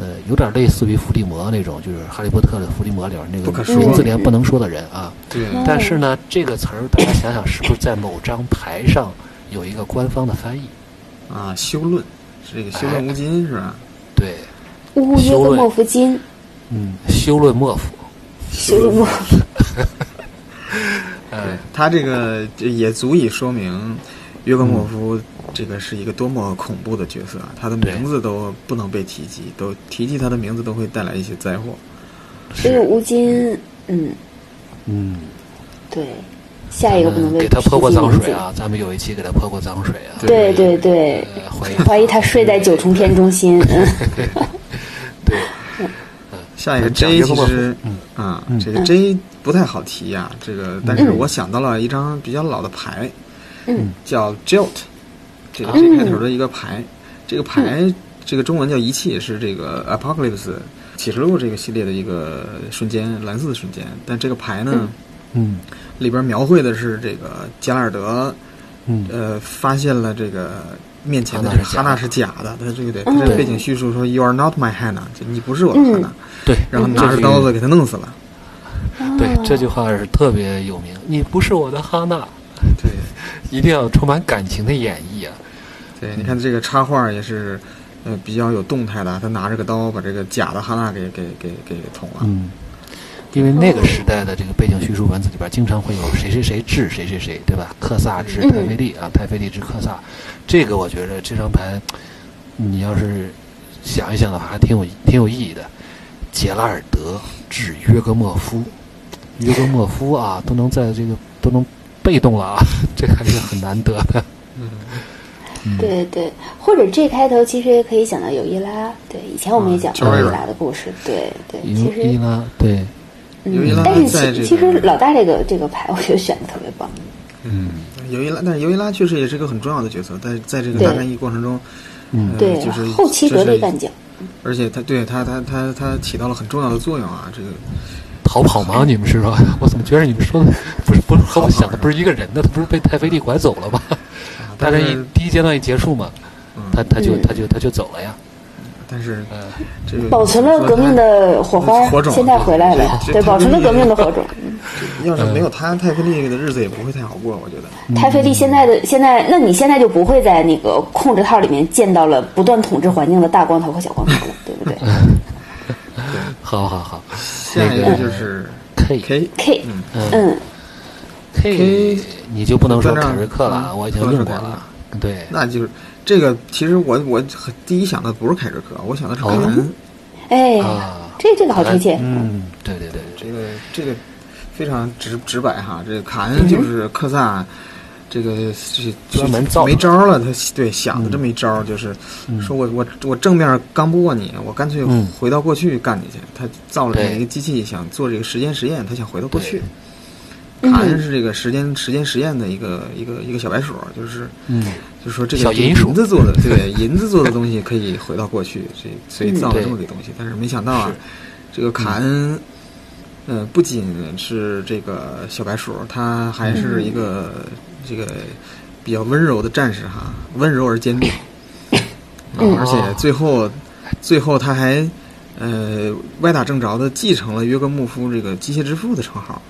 Speaker 3: 呃，有点类似于伏地魔那种，就是《哈利波特》的伏地魔里边那
Speaker 1: 不可
Speaker 3: 个
Speaker 1: 说
Speaker 3: 名字连不能说的人啊。
Speaker 1: 对，
Speaker 2: 嗯
Speaker 3: 但是呢，这个词儿大家想想，是不是在某张牌上有一个官方的翻译？
Speaker 1: 啊，修论是这个修论无尽是吧？
Speaker 3: 对，
Speaker 2: 乌约
Speaker 3: 修
Speaker 2: 的
Speaker 3: 论
Speaker 2: 莫夫金，
Speaker 3: 嗯，修论莫夫，
Speaker 2: 修的莫夫，
Speaker 3: 呃
Speaker 1: 对，他这个也足以说明约格莫夫这个是一个多么恐怖的角色啊！他的名字都不能被提及，都提及他的名字都会带来一些灾祸。
Speaker 2: 所以乌金，嗯，
Speaker 3: 嗯，
Speaker 2: 对，下一个不
Speaker 1: 嗯
Speaker 2: 能被
Speaker 3: 给他泼过
Speaker 2: 提及
Speaker 3: 脏
Speaker 2: 名
Speaker 3: 水
Speaker 2: 字
Speaker 3: 啊！咱们有一期给他泼过脏水啊。
Speaker 2: 对对对，
Speaker 3: 呃，怀疑
Speaker 2: 怀疑他睡在九重天中心，
Speaker 1: <laughs>
Speaker 2: 嗯，
Speaker 3: 对，
Speaker 1: 下一个
Speaker 3: 讲约
Speaker 1: J
Speaker 3: 克
Speaker 1: 其
Speaker 3: 莫夫
Speaker 1: 实，啊，这
Speaker 2: 嗯
Speaker 1: 个 J 不太好提呀、这个，但是我想到了一张比较老的牌，
Speaker 2: 嗯，
Speaker 1: 叫 Jolt，这个 J 开头的一个牌，这个牌这个中文叫遗弃，是这个 Apocalypse 启示录这个系列的一个瞬间，蓝色的瞬间。但这个牌呢，
Speaker 3: 嗯
Speaker 1: 里边描绘的是这个加拉尔德，
Speaker 3: 嗯
Speaker 1: 呃，发现了这个面前的这
Speaker 3: 哈纳
Speaker 1: 个
Speaker 3: 是
Speaker 1: 哈娜是假的，他这个对，他这个背景叙述说 You are not my Hannah，就你不是我的哈娜，
Speaker 3: 对，
Speaker 1: 然后
Speaker 3: 这
Speaker 1: 拿着
Speaker 3: 句
Speaker 1: 刀子，给他弄死了。嗯
Speaker 3: 对，这句话是特别有名。你不是我的哈娜，
Speaker 1: 对，
Speaker 3: 一定要充满感情的演绎啊！
Speaker 1: 对，你看这个插画也是，呃，比较有动态的啊，他拿着个刀把这个假的哈娜给给给给捅了。
Speaker 2: 啊
Speaker 3: 嗯，因为那个时代的这个背景叙述文字里边，经常会有谁谁谁治谁谁谁，对吧？克萨治泰菲利啊，
Speaker 2: 嗯
Speaker 3: 泰菲利治克萨，这个我觉得这张牌，你要是想一想的话，还挺有挺有意义的。杰拉尔德治约格莫夫，约格莫夫啊，都能在这个都能被动了啊， <laughs> 这还是很难得的。
Speaker 1: 嗯
Speaker 2: 啊
Speaker 3: 嗯
Speaker 2: 对对，或者 J 开头其实也可以想到有伊拉，对，以前我们也讲过
Speaker 1: 嗯
Speaker 2: 有伊拉的故事，对对，
Speaker 3: 伊
Speaker 2: 其
Speaker 3: 伊
Speaker 2: 实，嗯
Speaker 3: 拉对，
Speaker 1: 尤伊拉
Speaker 2: 但
Speaker 1: 在
Speaker 2: 是
Speaker 1: 这
Speaker 2: 其
Speaker 1: 个
Speaker 2: 其实老大这个这个牌，我觉得选的特别棒，
Speaker 1: 尤伊拉，但是尤伊拉确实也是一个很重要的角色，在在这个大
Speaker 2: 对
Speaker 1: 战役过程中，
Speaker 3: 嗯
Speaker 1: 呃
Speaker 2: 对，
Speaker 1: 就是
Speaker 2: 后期
Speaker 1: 就
Speaker 2: 得
Speaker 1: 是
Speaker 2: 力干将，
Speaker 1: 而且他对他他他他起到了很重要的作用啊，这个
Speaker 3: 逃跑
Speaker 1: <laughs>
Speaker 3: 吗？你们是吧？ <laughs> 我怎么觉得你们说的 <laughs> 不是不是和我想的不是一个人呢？他不是被泰菲利拐走了吗？
Speaker 1: 啊
Speaker 3: 大
Speaker 1: 但
Speaker 3: <laughs> 战
Speaker 1: 是
Speaker 3: 一第一阶段一结束嘛，他他就
Speaker 2: 嗯
Speaker 3: 他就他就走了呀。
Speaker 1: 但是
Speaker 3: 嗯，
Speaker 1: 这个
Speaker 2: 保存了革命的火花，
Speaker 1: 火种
Speaker 2: 现在回来了，
Speaker 1: 这
Speaker 2: 对，
Speaker 1: 这
Speaker 2: 保存了革命的火种。
Speaker 1: 要
Speaker 3: 嗯
Speaker 1: 是没有他，太妃丽的日子也不会太好过，我觉得。
Speaker 2: 太妃帝现在的现在，那你现在就不会在那个控制套里面见到了不断统治环境的大光头和小光头了，对不对
Speaker 3: 好好好
Speaker 1: 下一个就是
Speaker 3: ，K
Speaker 1: K
Speaker 2: ？K，
Speaker 1: 嗯
Speaker 2: 嗯，
Speaker 3: K，你就不能说
Speaker 1: 端
Speaker 3: 凯
Speaker 1: 正
Speaker 3: 瑞克了啊，
Speaker 1: 嗯
Speaker 3: 我已经用过了。对，
Speaker 1: 那就是这个。其实我我很第一想的不是凯瑞克，我想的是凯文。
Speaker 3: 哦
Speaker 2: 哎
Speaker 3: 啊，
Speaker 2: 这这个好贴切，
Speaker 1: 嗯，
Speaker 3: 对对对，
Speaker 1: 这个这个非常直直白哈。这个卡恩就是克萨，这个这
Speaker 3: 嗯专门造的
Speaker 1: 没招儿了，他对想的这么一招儿，就是说我我我正面刚不过你，我干脆
Speaker 3: 嗯
Speaker 1: 回到过去干你去。他造了这么
Speaker 3: 对
Speaker 1: 一个机器，想做这个时间实验，他想回到过去。
Speaker 2: 嗯
Speaker 1: 卡恩是这个时间时间实验的一个一个一个小白鼠，就是
Speaker 3: 嗯，
Speaker 1: 就说这个
Speaker 3: 小银鼠
Speaker 1: 子
Speaker 3: <laughs>
Speaker 1: 做的，对银子做的东西可以回到过去，这所以造了
Speaker 3: 嗯对
Speaker 1: 这么个东西。但是没想到啊，这个卡恩，呃，不仅是这个小白鼠，他还是一个、
Speaker 3: 嗯
Speaker 1: 这个比较温柔的战士哈，温柔而坚
Speaker 3: <coughs>
Speaker 1: 定。嗯，而且
Speaker 3: 哦
Speaker 1: 最后，最后他还，呃，歪打正着的继承了约格穆夫这个机械之父的称号。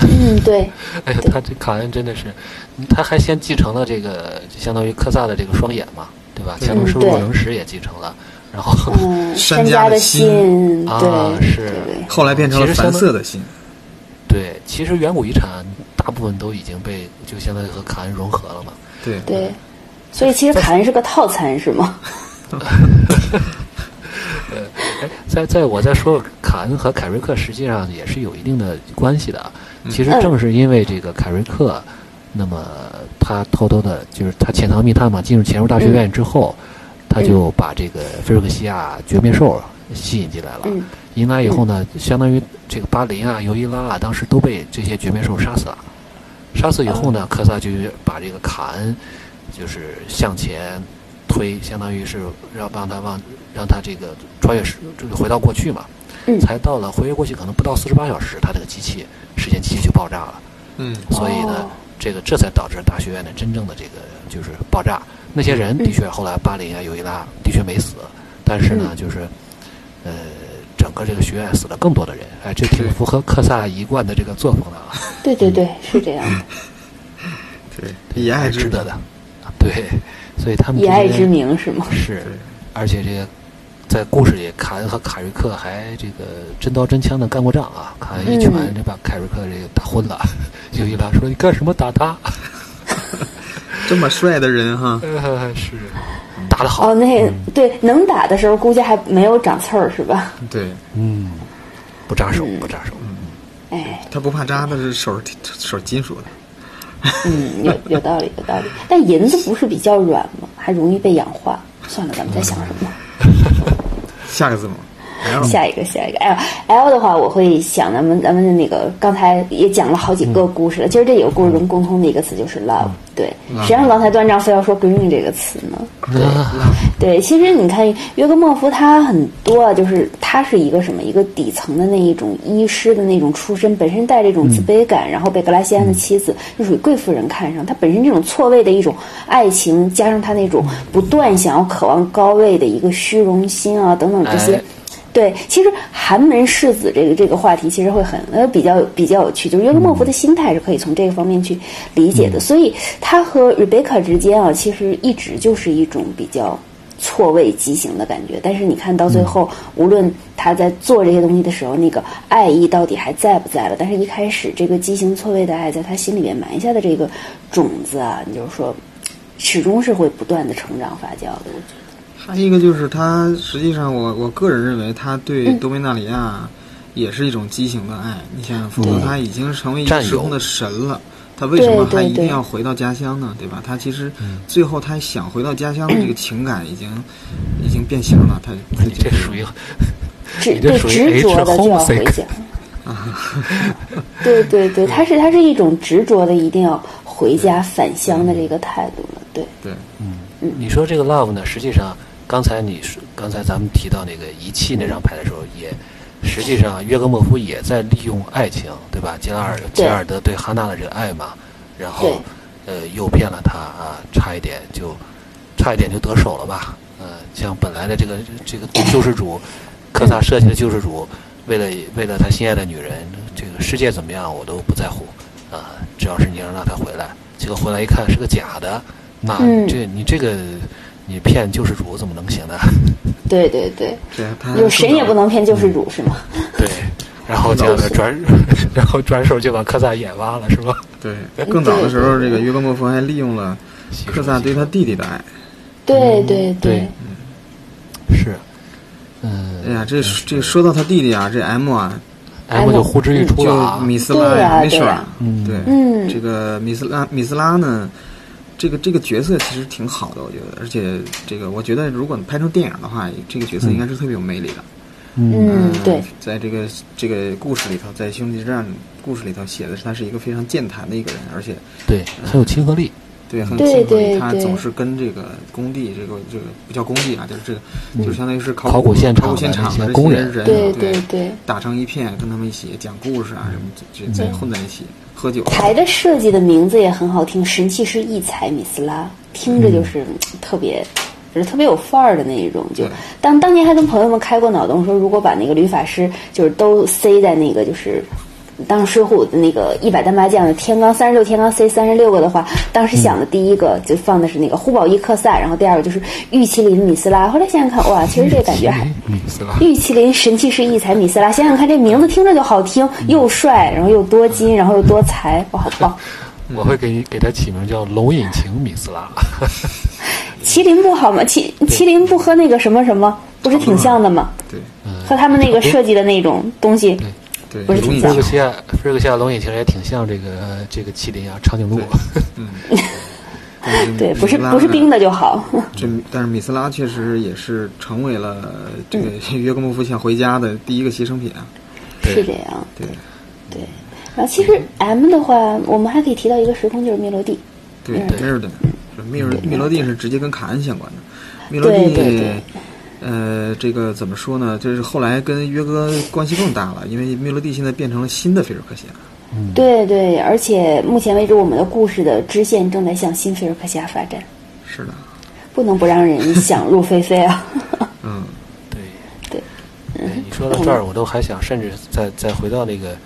Speaker 2: 嗯，对，
Speaker 3: <laughs> 哎呦，他这卡恩真的是，他还先继承了这个，就相当于科萨的这个双眼嘛，对吧？
Speaker 1: 对
Speaker 3: 乾隆
Speaker 2: 嗯
Speaker 3: 师傅
Speaker 2: 对
Speaker 3: 若灵石也继承了，然后
Speaker 2: 嗯，
Speaker 1: 山
Speaker 2: 山
Speaker 1: 家
Speaker 2: 家
Speaker 1: 的
Speaker 2: 的
Speaker 1: 心
Speaker 2: 心，
Speaker 3: 啊
Speaker 2: 嗯对，
Speaker 3: 是
Speaker 2: 对对
Speaker 1: 后来变成
Speaker 3: 其
Speaker 1: 了
Speaker 3: 实相
Speaker 1: 凡
Speaker 3: 当
Speaker 1: 色的心。
Speaker 3: 对，其实远古遗产大部分都已经被就相当于和卡恩融合了嘛。
Speaker 1: 对
Speaker 2: 对，所以其实卡恩是个套餐是吗？
Speaker 3: 哎，在在我再说卡恩和凯瑞克实际上也是有一定的关系的啊。其实正是因为这个凯瑞克，那么他偷偷的，就是他潜逃密探嘛，进入潜入大学院之后，他就把这个菲瑞克西亚绝灭兽吸引进来了。
Speaker 2: 嗯
Speaker 3: 引来以后呢，相当于这个巴林啊、尤伊拉啊，当时都被这些绝灭兽杀死了。杀死以后
Speaker 2: 嗯
Speaker 3: 呢，科萨就把这个卡恩就是向前推，相当于是让让他往让他这个穿越时就是回到过去嘛，
Speaker 2: 嗯
Speaker 3: 才到了回过去可能不到四十八小时，他这个机器时间机器就爆炸了，
Speaker 1: 嗯
Speaker 3: 所以呢，
Speaker 2: 哦
Speaker 3: 这个这才导致大学院的真正的这个就是爆炸。那些
Speaker 1: 嗯
Speaker 3: 人的确后来巴林啊、尤伊拉的确没死，但是呢，
Speaker 2: 嗯
Speaker 3: 就是呃，整个这个学院死了更多的人，哎，这挺
Speaker 1: 对
Speaker 3: 符合科萨一贯的这个作风的啊。
Speaker 1: <laughs>
Speaker 2: 对对对，是这样的，
Speaker 1: 对，以爱
Speaker 3: 哎值
Speaker 1: 之
Speaker 3: 得的，对，所以他们
Speaker 2: 以
Speaker 3: 之
Speaker 2: 爱
Speaker 3: 间
Speaker 2: 之名是吗？
Speaker 3: 是
Speaker 1: 对，
Speaker 3: 而且这个在故事里，卡恩和凯瑞克还这个真刀真枪的干过仗啊，卡恩一拳
Speaker 2: 嗯
Speaker 3: 就把凯瑞克这个打昏了， <laughs> 尤伊拉说你干什么
Speaker 1: <laughs>
Speaker 3: 打他？
Speaker 1: 这么帅的人哈，
Speaker 3: 呃是打得好
Speaker 2: 哦，，那对能打的时候，估计还没有长刺儿是吧？
Speaker 1: 对
Speaker 3: 嗯，不扎手，不扎手，
Speaker 2: 哎，
Speaker 1: 他不怕扎，但是手是手是金属的。
Speaker 2: 嗯，有有道理，有道理。但银子不是比较软吗？还容易被氧化。算了，咱们在想什么？
Speaker 1: 下个字母 L，
Speaker 2: 下一个，下一个 L L 的话，我会想咱们咱们的那个刚才也讲了好几个故事了。其实这有故事中共通的一个词就是 love，对。谁让刚才段章非要说闺蜜这个词呢？对。对，其实你看约格莫夫他很多啊，就是他是一个什么一个底层的那一种医师的那种出身，本身带着一种自卑感，然后被格拉西安的妻子就属于贵妇人看上，他本身这种错位的一种爱情，加上他那种不断想要渴望高位的一个虚荣心啊等等这些。
Speaker 3: 哎
Speaker 2: 对，其实寒门世子这个这个话题其实会很呃比较比较有趣，就是约格莫夫的心态是可以从这个方面去理解的，
Speaker 3: 嗯
Speaker 2: 所以他和 Rebecca 之间啊，其实一直就是一种比较错位畸形的感觉。但是你看到最后，
Speaker 3: 嗯
Speaker 2: 无论他在做这些东西的时候，那个爱意到底还在不在了？但是一开始这个畸形错位的爱，在他心里面埋下的这个种子啊，你就是说，始终是会不断的成长发酵的。我觉得，
Speaker 1: 还有一个就是他，实际上我我个人认为他对
Speaker 2: 嗯
Speaker 1: 多米纳里亚也是一种畸形的爱。你想想，否则他已经成为一个
Speaker 3: 占有
Speaker 1: 时空的神了，他为什么还
Speaker 2: 对对
Speaker 1: 一定要回到家乡呢？对吧？他其实
Speaker 3: 嗯
Speaker 1: 最后他想回到家乡
Speaker 2: <clears throat>
Speaker 1: 的这个情感已经已经变形了，他他
Speaker 3: 你这属于
Speaker 2: 执
Speaker 3: 你这
Speaker 2: 对
Speaker 3: 属于
Speaker 2: 执着
Speaker 3: H
Speaker 2: 的就要回
Speaker 3: homesick
Speaker 2: 家。
Speaker 1: 啊
Speaker 2: 对对对，他是他是一种执着的，一定要回家返乡的这个态度了。对，
Speaker 1: <laughs> 对
Speaker 3: 你说这个 love 呢，实际上刚才你说，刚才咱们提到那个遗弃那张牌的时候，也实际上约格莫夫也在利用爱情，对吧？杰拉尔
Speaker 2: 对
Speaker 3: 杰拉尔德对哈娜的这个爱嘛，然后呃诱骗了他啊，差一点就差一点就得手了吧？呃，像本来的这个这个救世主，科
Speaker 1: 嗯
Speaker 3: 萨设计的救世主，为了为了他心爱的女人，这个世界怎么样我都不在乎啊，只要是你能让他回来，结果回来一看是个假的，那
Speaker 2: 嗯
Speaker 3: 这你这个你骗救世主怎么能
Speaker 1: <laughs>
Speaker 3: 行呢？
Speaker 2: 对对对，
Speaker 1: 这他
Speaker 2: 有神也不能骗救世主是吗？
Speaker 3: 对， <laughs> 然后结果转， <laughs> 然后转手就把科萨眼挖了，是吧？
Speaker 1: 对更早的时候，这个约格莫夫还利用了科萨对他弟弟的爱。
Speaker 2: 对对
Speaker 3: 对， <laughs> 是，嗯，
Speaker 1: 哎呀，这这说到他弟弟啊，这 M 啊，
Speaker 3: M 就呼之欲出了
Speaker 1: 哎就
Speaker 3: 啊，
Speaker 1: 米斯拉
Speaker 2: 对
Speaker 1: 呀
Speaker 2: 呀
Speaker 1: 没事
Speaker 2: 对
Speaker 1: 儿啊
Speaker 2: 呀，
Speaker 3: 嗯
Speaker 1: 对，
Speaker 2: 嗯
Speaker 1: 这个米斯拉米斯拉呢，这个这个角色其实挺好的，我觉得，而且这个我觉得如果拍成电影的话，这个角色应该是特别有魅力的。
Speaker 3: 嗯
Speaker 2: 嗯对，
Speaker 1: 在这个这个故事里头，在兄弟之战故事里头写的是他是一个非常健谈的一个人，而且
Speaker 3: 对，
Speaker 1: 嗯
Speaker 3: 很有亲和力，
Speaker 2: 嗯
Speaker 1: 对很有
Speaker 2: 对
Speaker 1: 亲和力，
Speaker 2: 对
Speaker 1: 他
Speaker 2: 对
Speaker 1: 总是跟这个工地这个这个不叫工地啊，就是这个
Speaker 3: 嗯
Speaker 1: 就是相当于是
Speaker 3: 考古
Speaker 1: 古
Speaker 3: 现
Speaker 1: 考古
Speaker 3: 场的
Speaker 1: 现
Speaker 3: 那
Speaker 1: 场
Speaker 3: 些
Speaker 1: 的这
Speaker 3: 工
Speaker 1: 些
Speaker 3: 人
Speaker 1: 人，啊
Speaker 2: 对
Speaker 1: 对
Speaker 2: 对对
Speaker 1: 打成一片，跟他们一起讲故事啊什么，这这这混在一起喝酒。啊
Speaker 2: 台的设计的名字也很好听，神器是异彩米斯拉，听着就是嗯特别。就是特别有范儿的那一种，就
Speaker 1: 对
Speaker 2: 当当年还跟朋友们开过脑洞，说如果把那个吕法师就是都塞在那个就是当水浒的那个一百单八将的天罡三十六天罡塞三十六个的话，当时想的第一个就放的是那个呼保伊克萨，然后第二个就是玉麒麟米斯拉，后来想想看，哇，其实这个感觉啊还
Speaker 3: 米斯拉，
Speaker 2: 玉麒麟神器是异才米斯拉，想想看，这名字听着就好听，又帅，然后又多金，然后又多才，哇，好棒！
Speaker 3: 我会给给他起名叫龙引擎米斯拉， <laughs>
Speaker 2: 麒麟不好吗？麒麒麟不和那个什么什么，不是挺像的吗？
Speaker 1: 对
Speaker 3: 嗯
Speaker 2: 和他们那个设计的那种东西，
Speaker 1: 对，
Speaker 2: 不是
Speaker 1: 容易
Speaker 2: 挺像
Speaker 3: 这
Speaker 1: 讲
Speaker 3: 嗯个。西亚，这个西亚龙引擎也挺像这个这个麒麟啊，长颈鹿，
Speaker 1: 嗯
Speaker 2: <laughs>
Speaker 1: 但是
Speaker 2: 对，不是
Speaker 1: 米斯嗯拉
Speaker 2: 不是
Speaker 1: 呢
Speaker 2: 冰的就好。
Speaker 1: 这但是米斯拉确实也是成为了这个
Speaker 2: 嗯
Speaker 1: 约格莫夫想回家的第一个牺牲品啊。
Speaker 2: <laughs> 是这样。
Speaker 1: 对，
Speaker 2: 对。然后其实 M 的话，我们还可以提到一个时空，就是密罗蒂。
Speaker 1: 对
Speaker 2: 嗯
Speaker 1: 米尔顿，是密尔密罗蒂是直接跟卡恩相关的。密罗
Speaker 2: 对对
Speaker 1: 蒂
Speaker 2: 对，
Speaker 1: 呃，这个怎么说呢？就是后来跟约哥关系更大了，因为密罗蒂现在变成了新的菲尔克西亚。
Speaker 2: 对对，而且目前为止，我们的故事的支线正在向新菲尔克西亚发展，
Speaker 1: 是的，
Speaker 2: 不能不让人想入非非啊！ <laughs>
Speaker 1: 嗯，
Speaker 3: <laughs> 对
Speaker 2: 对，
Speaker 3: 哎你说到这儿，我都还想，甚至再再回到那个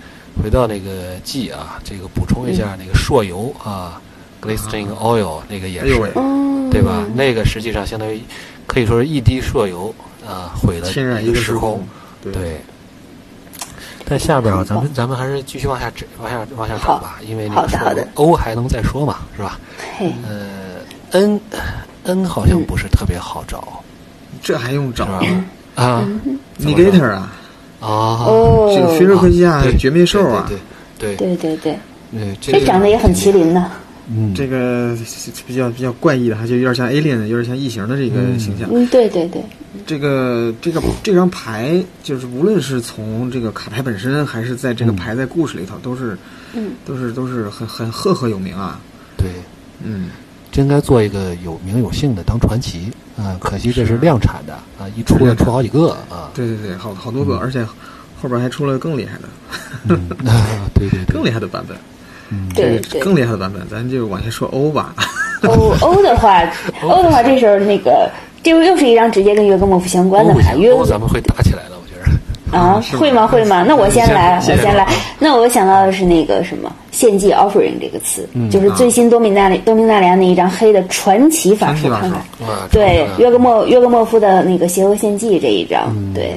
Speaker 3: 回到那个 G 啊，这个补充一下那个朔油啊，Glistering Oil 那个也
Speaker 1: 哎
Speaker 3: 是
Speaker 1: 呦，喂，
Speaker 2: 嗯，
Speaker 3: 对吧？那个实际上相当于可以说是一滴朔油啊，毁了
Speaker 1: 侵染
Speaker 3: 一
Speaker 1: 一个
Speaker 3: 时
Speaker 1: 时空
Speaker 3: 空。，
Speaker 1: 对，
Speaker 3: 对。但下边啊，
Speaker 2: 很
Speaker 3: 咱
Speaker 2: 棒
Speaker 3: 们咱们还是继续往下指，往下往下找
Speaker 2: 好
Speaker 3: 吧，因为那
Speaker 2: 好
Speaker 3: 个
Speaker 2: 的好
Speaker 3: 朔油
Speaker 2: 的
Speaker 3: O 还能再说嘛，是吧？
Speaker 2: 嗯嘿，
Speaker 3: 呃，N N 好像不是特别好找，
Speaker 1: 这还用
Speaker 3: 是
Speaker 1: 找
Speaker 3: 吧？
Speaker 2: 嗯
Speaker 3: 啊怎么说
Speaker 1: Negator 啊，
Speaker 3: 啊，
Speaker 2: 哦，
Speaker 1: 这个菲尔克西亚
Speaker 3: 对
Speaker 1: 绝灭兽啊，
Speaker 3: 对对对
Speaker 2: 对对对，
Speaker 3: 对，这
Speaker 2: 这长得也很麒麟呢。
Speaker 3: 嗯，
Speaker 1: 这个比较比较怪异的，还就有点像 alien 的，有点像异形的这个形象。
Speaker 2: 嗯，对对对，
Speaker 1: 这个这个这张牌，就是无论是从这个卡牌本身，还是在这个牌在故事里头，都是
Speaker 2: 嗯，
Speaker 1: 都是都是很很赫赫有名啊。
Speaker 3: 对，
Speaker 1: 嗯，
Speaker 3: 真应该做一个有名有姓的当传奇啊，可惜这是
Speaker 1: 是
Speaker 3: 量产的啊，一出要出好几个啊，
Speaker 1: 对 <laughs> 对对，好好多个，而且后边还出了更厉害的、
Speaker 3: 嗯， <laughs> 啊对对
Speaker 1: 更
Speaker 3: 对，
Speaker 1: 厉害的版本。
Speaker 2: 对
Speaker 1: 这
Speaker 2: 对
Speaker 1: 个。更厉害的版本，咱就往下说欧吧。
Speaker 2: 欧欧的话，欧的话，这时候那个，这又是一张直接跟约格莫夫相关的
Speaker 3: 欧不
Speaker 2: 牌，约
Speaker 3: 行，欧咱们会打起来的，我觉得。
Speaker 2: 啊，
Speaker 1: 是吗
Speaker 2: 会吗？会吗？那我先来，
Speaker 3: 先
Speaker 2: 我先来。那我想到的是那个什么“献祭 offering” 这个词，就是最新多米纳里多米纳里亚那一张黑的传奇法术
Speaker 1: 传奇
Speaker 2: 看
Speaker 1: 法
Speaker 2: 看
Speaker 1: 术。
Speaker 3: 啊，
Speaker 2: 对，
Speaker 3: 这
Speaker 2: 约格莫约格莫夫的那个邪恶献祭这一张，对，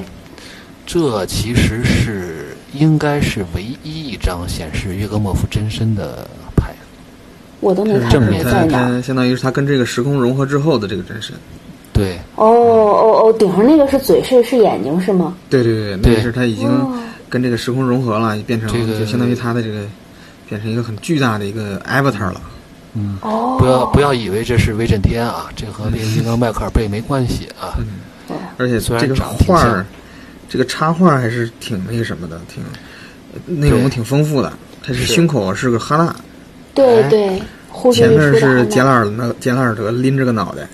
Speaker 3: 这其实是应该是唯一一张显示约格莫夫真身的牌，
Speaker 2: 我都
Speaker 1: <laughs>
Speaker 2: 没看
Speaker 3: 正
Speaker 2: 出
Speaker 3: 面
Speaker 2: 来
Speaker 1: 它
Speaker 2: 嗯在哪儿。
Speaker 1: 它相当于是它跟这个时空融合之后的这个真身。
Speaker 3: 对，
Speaker 2: 哦哦哦，顶上那个是嘴，是是眼睛是吗？
Speaker 1: 对对对，那
Speaker 3: 对
Speaker 1: 个是它已经跟这个时空融合了，变成
Speaker 3: 这个
Speaker 1: 就相当于它的这个变成一个很巨大的一个 avatar 了。
Speaker 2: 哦，嗯
Speaker 3: 不要不要以为这是威震天啊，这和变形金刚迈克尔贝没关系啊，
Speaker 1: 而且
Speaker 3: 虽
Speaker 1: 这
Speaker 3: 然
Speaker 1: 个
Speaker 3: 长得挺
Speaker 1: 画
Speaker 3: 像
Speaker 1: 儿，这个插画还是挺那个什么的，挺呃内容
Speaker 3: 对
Speaker 1: 挺丰富的。它是
Speaker 3: 是
Speaker 1: 胸口是个哈娜，
Speaker 2: 对
Speaker 3: 哎
Speaker 2: 对，呼之
Speaker 1: 前
Speaker 2: 欲
Speaker 1: 面
Speaker 2: 出的
Speaker 1: 是杰
Speaker 2: 汉
Speaker 1: 拉尔德，杰拉尔德拎着个脑袋，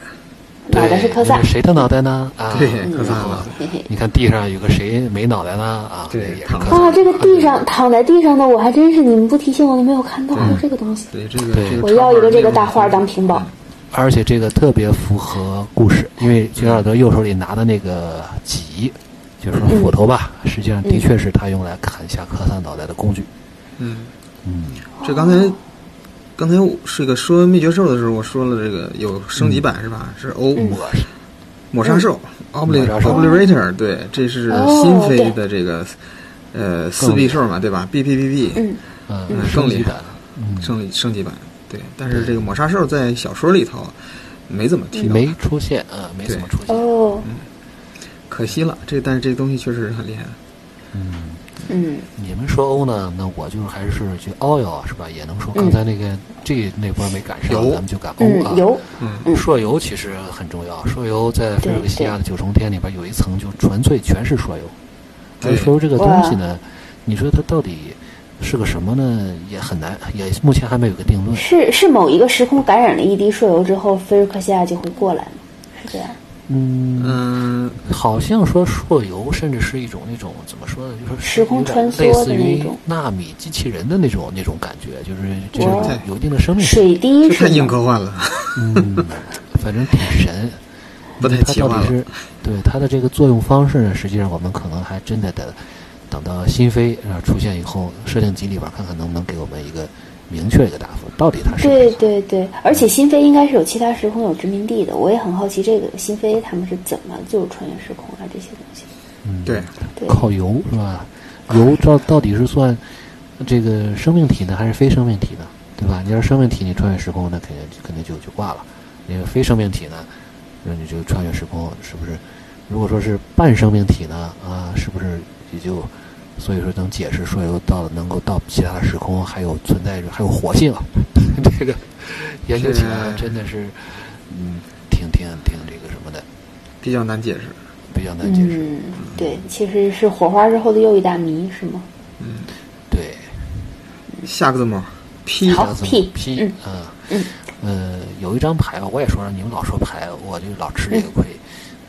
Speaker 2: 娜，脑袋是科萨
Speaker 3: 那个，谁的脑袋呢？啊，
Speaker 1: 对，可
Speaker 3: 然
Speaker 1: 惨
Speaker 3: 后
Speaker 1: 了。
Speaker 2: 嘿嘿。
Speaker 3: 你看地上有个谁没脑袋呢？啊，
Speaker 1: 对
Speaker 3: 也是
Speaker 1: 躺
Speaker 3: 科
Speaker 1: 着
Speaker 3: 萨
Speaker 2: 啊，这个地上躺在地上的，我还真是你们不提醒我都没有看到，还有这个东西。
Speaker 1: 对这个
Speaker 3: 对
Speaker 1: 这个，
Speaker 2: 我要一个这个大画当。屏保。
Speaker 3: 而且这个特别符合故事，因为杰拉尔德右手里拿的那个戟，就是说斧头吧，
Speaker 2: 嗯
Speaker 3: 实际上的确是他用来砍下科萨脑袋的工具。
Speaker 1: 嗯，
Speaker 3: 嗯，
Speaker 1: 这刚才刚才我这个说灭绝兽的时候，我说了这个有升级版是吧？是 O
Speaker 2: 嗯
Speaker 3: 我是
Speaker 1: 抹杀兽
Speaker 3: 抹
Speaker 1: Obli
Speaker 3: 杀兽
Speaker 1: Obliterator，对，这是
Speaker 2: 哦
Speaker 1: 新
Speaker 2: 对
Speaker 1: 飞的这个呃四臂兽嘛，对吧？B P P P
Speaker 2: 嗯
Speaker 3: 嗯
Speaker 1: 嗯更
Speaker 3: 升级
Speaker 1: 厉害
Speaker 3: 版，嗯，
Speaker 1: 升级升级版，对。但是这个抹杀兽在小说里头啊没怎么提到，
Speaker 3: 没出现啊，没怎么出现。
Speaker 2: 哦
Speaker 1: 可惜了。这但是这东西确实很厉害。
Speaker 3: 嗯，
Speaker 2: 嗯
Speaker 3: 你们说欧呢，那我就是还是去凹摇是吧？也能说刚才那个 G 那波没赶上，
Speaker 1: 有
Speaker 3: 咱们就赶欧啊
Speaker 2: 嗯。有
Speaker 1: 嗯
Speaker 2: 嗯
Speaker 3: 朔游其实很重要，朔游在菲尔克西亚的九重天里边有一层就纯粹全是朔游。而
Speaker 1: 对
Speaker 3: 朔游这个东西呢，你说它到底是个什么呢？也很难，也目前还没有个定论。
Speaker 2: 是是某一个时空感染了一滴朔油之后，菲尔克西亚就会过来吗？是这样？
Speaker 3: 嗯，
Speaker 1: 嗯，
Speaker 3: 好像说朔游甚至是一种那种怎么说呢，就是
Speaker 2: 时空
Speaker 3: 有点
Speaker 2: 穿梭
Speaker 3: 类似
Speaker 2: 的
Speaker 3: 于
Speaker 2: 那种
Speaker 3: 纳米机器人的那种那种感觉，就是这种
Speaker 2: 哇
Speaker 3: 有一定的生命力。
Speaker 2: 水滴
Speaker 1: 这太
Speaker 2: 是
Speaker 1: 硬
Speaker 2: 吗
Speaker 1: 科幻了，
Speaker 3: 嗯，反正挺神。
Speaker 1: <laughs> 不太
Speaker 3: 它
Speaker 1: 奇
Speaker 3: 到
Speaker 1: 幻
Speaker 3: 底
Speaker 1: 了。
Speaker 3: 是对它的这个作用方式呢？实际上我们可能还真的得等到新飞啊出现以后，设定集里边看看能不能给我们一个明确一个答复，到底它是
Speaker 2: 对对对，而且新飞应该是有其他时空有殖民地的，我也很好奇这个新飞他们是怎么就是穿越时空啊这些东西。
Speaker 3: 嗯
Speaker 1: 对，
Speaker 2: 对，
Speaker 3: 靠油是吧？油到到底是算这个生命体呢，还是非生命体呢？对吧？你要是生命体，你穿越时空，那肯定肯定就就挂了。那个非生命体呢，那你就穿越时空，是不是？如果说是半生命体呢，啊，是不是也就所以说能解释说有到能够到其他时空还有存在着还有活性啊？ <laughs> 这个研究起来
Speaker 2: 啊
Speaker 1: 是
Speaker 3: 真的是，嗯，挺挺挺这个什么的，
Speaker 1: 比较难解释。
Speaker 3: 比较难解释。
Speaker 2: 嗯，对，其实是火花之后的又一大谜，是吗？
Speaker 3: 对，
Speaker 1: 下个字母 P，
Speaker 2: 好
Speaker 3: 下字母
Speaker 2: P，
Speaker 3: P，
Speaker 2: 嗯
Speaker 3: 啊
Speaker 2: 嗯
Speaker 3: 呃，有一张牌吧，我也说了，你们老说牌，我就老吃这个亏。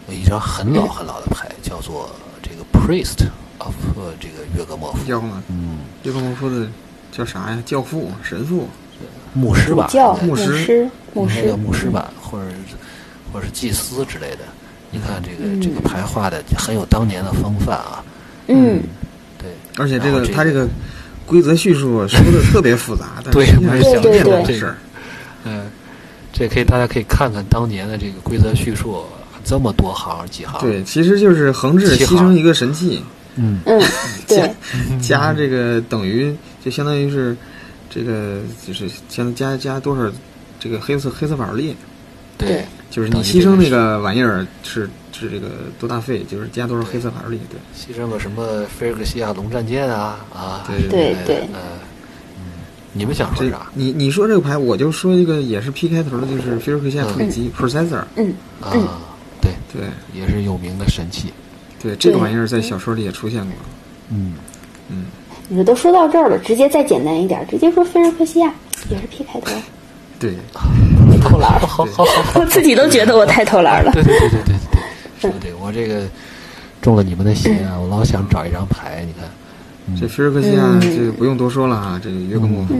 Speaker 3: 有一张很老很老的牌，叫做这个 Priest of 呃这个约格莫夫，
Speaker 1: 要吗？
Speaker 3: 嗯，
Speaker 1: 约克莫夫的叫啥呀？教父、神父，
Speaker 3: 牧师吧，
Speaker 2: 教
Speaker 3: 应该
Speaker 1: 牧
Speaker 2: 牧
Speaker 1: 师
Speaker 2: 师牧
Speaker 3: 应该
Speaker 2: 师
Speaker 3: 叫牧师吧，或者是或者是祭司之类的。你看这个、
Speaker 2: 嗯
Speaker 3: 这个牌画的很有当年的风范啊，
Speaker 2: 嗯，
Speaker 3: 对，
Speaker 1: 而且这
Speaker 3: 然后
Speaker 1: 个
Speaker 3: 这
Speaker 1: 他这个规则叙述说的特别复
Speaker 3: <laughs>
Speaker 1: 杂，但
Speaker 3: 对
Speaker 1: 实际上是
Speaker 2: 对
Speaker 1: 简
Speaker 2: 对
Speaker 1: 单的
Speaker 2: 对
Speaker 1: 事儿。
Speaker 3: 嗯，这可以大家可以看看当年的这个规则叙述，这么多行几行，，
Speaker 1: 对，其实就是横置
Speaker 3: 七嗯
Speaker 1: 牺
Speaker 3: 行
Speaker 1: 牲一个神器，
Speaker 3: 嗯，
Speaker 2: 嗯，对，
Speaker 1: 加这个等于就相当于是这个就是相加加多少这个黑色黑色法力，
Speaker 3: 对
Speaker 2: 对，
Speaker 1: 就是
Speaker 3: 等
Speaker 1: 你
Speaker 3: 于
Speaker 1: 牺
Speaker 3: 这
Speaker 1: 牲
Speaker 3: 个
Speaker 1: 那
Speaker 3: 是
Speaker 1: 个玩意儿是是这个多大费，就是加多少黑色法力，对。
Speaker 3: 牺牲个什么菲尔克西亚龙战舰啊啊，
Speaker 1: 对
Speaker 2: 对
Speaker 3: 之类的
Speaker 2: 对
Speaker 3: 呃，你们想说
Speaker 1: 这
Speaker 3: 啥？
Speaker 1: 你你说这个牌，我就说一个也是 P 开头的，就是菲尔克西亚处理机 processor，
Speaker 2: 嗯
Speaker 3: 啊
Speaker 2: 嗯，
Speaker 3: 对，
Speaker 1: 对
Speaker 3: 也是有名的神器，
Speaker 1: 对，这个玩意儿在小说里也出现过，
Speaker 3: 嗯，
Speaker 1: 嗯，
Speaker 2: 你们都说到这儿了，直接再简单一点，直接说菲尔克西亚也是 P 开头，
Speaker 1: 对，
Speaker 2: 偷
Speaker 3: <laughs>
Speaker 2: 懒
Speaker 3: 好
Speaker 2: 儿，
Speaker 3: 好哦好好，
Speaker 2: <laughs>
Speaker 3: 好
Speaker 2: 我自己都觉得我太偷懒儿了。
Speaker 3: 嗯对对对对对对，说的对，我这个中了你们的邪啊，我老想找一张牌，你看，
Speaker 1: 这菲尔克西亚
Speaker 2: 嗯
Speaker 1: 啊这个不用多说了啊，这个约克莫夫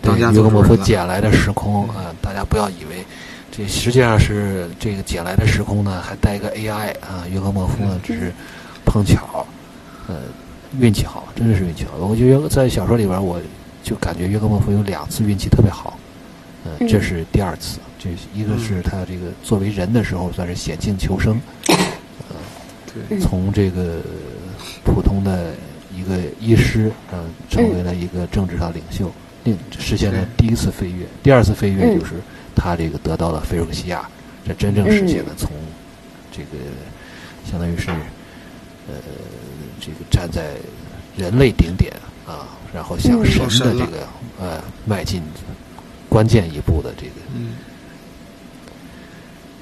Speaker 1: 当
Speaker 3: 对，
Speaker 1: 家
Speaker 3: 约
Speaker 1: 做
Speaker 3: 格
Speaker 1: 主
Speaker 3: 莫夫
Speaker 1: 人了，
Speaker 3: 捡来的时空啊、大家不要以为这实际上是这个捡来的时空呢，还带一个 AI 啊、约格莫夫呢只是碰巧，呃，运气好，真的是运气好。我觉得在小说里边，我就感觉约格莫夫有两次运气特别好，呃，
Speaker 2: 嗯
Speaker 3: 这是第二次，这是一个
Speaker 1: 嗯
Speaker 3: 是他这个作为人的时候算是险境求生，
Speaker 1: 对，
Speaker 3: 从这个普通的一个医师，嗯、成为了一个政治上领袖，另实现了第一次飞跃，第二次飞跃
Speaker 2: 嗯
Speaker 3: 就是他这个得到了菲尔克西亚，这真正实现了从这个相当于是呃这个站在人类顶点啊，然后向
Speaker 2: 嗯
Speaker 3: 神
Speaker 1: 向
Speaker 3: 的
Speaker 1: 神
Speaker 3: 这
Speaker 1: 了
Speaker 3: 个呃迈进关键一步的这个。
Speaker 1: 嗯，